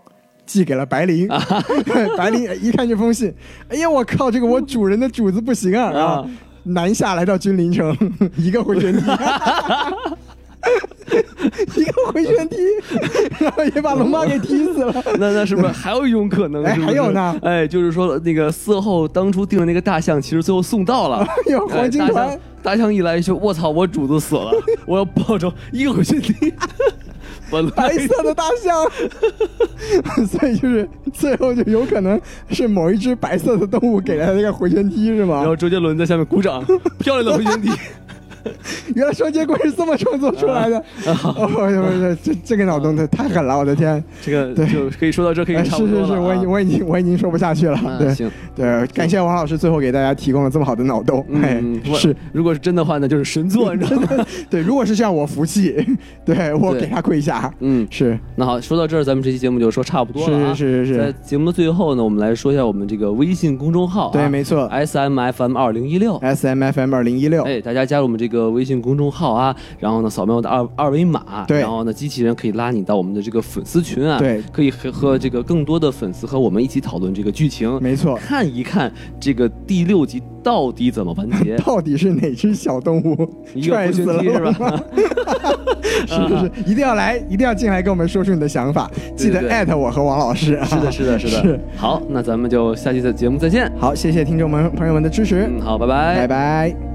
寄给了白灵。 白灵一看这封信，哎呀，我靠，这个我主人的主子不行啊！啊
啊，
南下来到君临城， 一个回旋踢， 一个回旋踢， 然后也把龙妈给踢死 了。
那那是不是还有一种可能？
哎
是不是
还有呢
哎，就是说那个色后当初定的那个大象，其实最后送 到了。
哎呦，黄金
哎大
团
象，大象一来就我操，我主子 死了，我要报仇，一个回旋 踢。本来
白色的大象， 所以就是最后就有可能是某一只白色的动物给了他一个回旋踢，是吗
然？后周杰伦在下面 鼓掌，漂亮的回旋踢。
原来双截棍是这么创作出来的，哦，我我这这个脑洞太太狠了，我的天！
这个
对
就可以说到这，可以
哎，
差
是
不多了、
是
啊。
是，我已经我已经我已经说不下去了，
啊、
对
行，
对，感谢王老师最后给大家提供了这么好的脑洞，哎
嗯，，我
是。
如果是真的话呢，就是神作，你 知道吗？
对，如果是这样，我服气，对我
对
给他跪下，
嗯，
是
那好，说到这儿，咱们这期节目就说差不多了、啊。
是是是是
在节目的最后呢，我们来说一下我们这个微信公众号、啊，
对，没错
，S M F M 二零一六。
，S M F M 二零一六，
哦哎，大家加入我们这个微信公众号啊，然后呢扫描我的二二维码，
对
然后呢机器人可以拉你到我们的这个粉丝群啊，
对
可以和和这个更多的粉丝和我们一起讨论这个剧情，
没错，
看一看这个第六集到底怎么完
，
结
到底是哪只小动物
一个
踹
不
死
信
了
机是吧？ 嗯
是不是？一定要来，一定要进来跟我们说出你的想法，记
对
得
对
艾特我和王老师啊。
是的，是的，是的。
是
好，那咱们就下期的节目再见。嗯
好，谢谢听众们朋友们的支持，
嗯，好，拜拜，
拜拜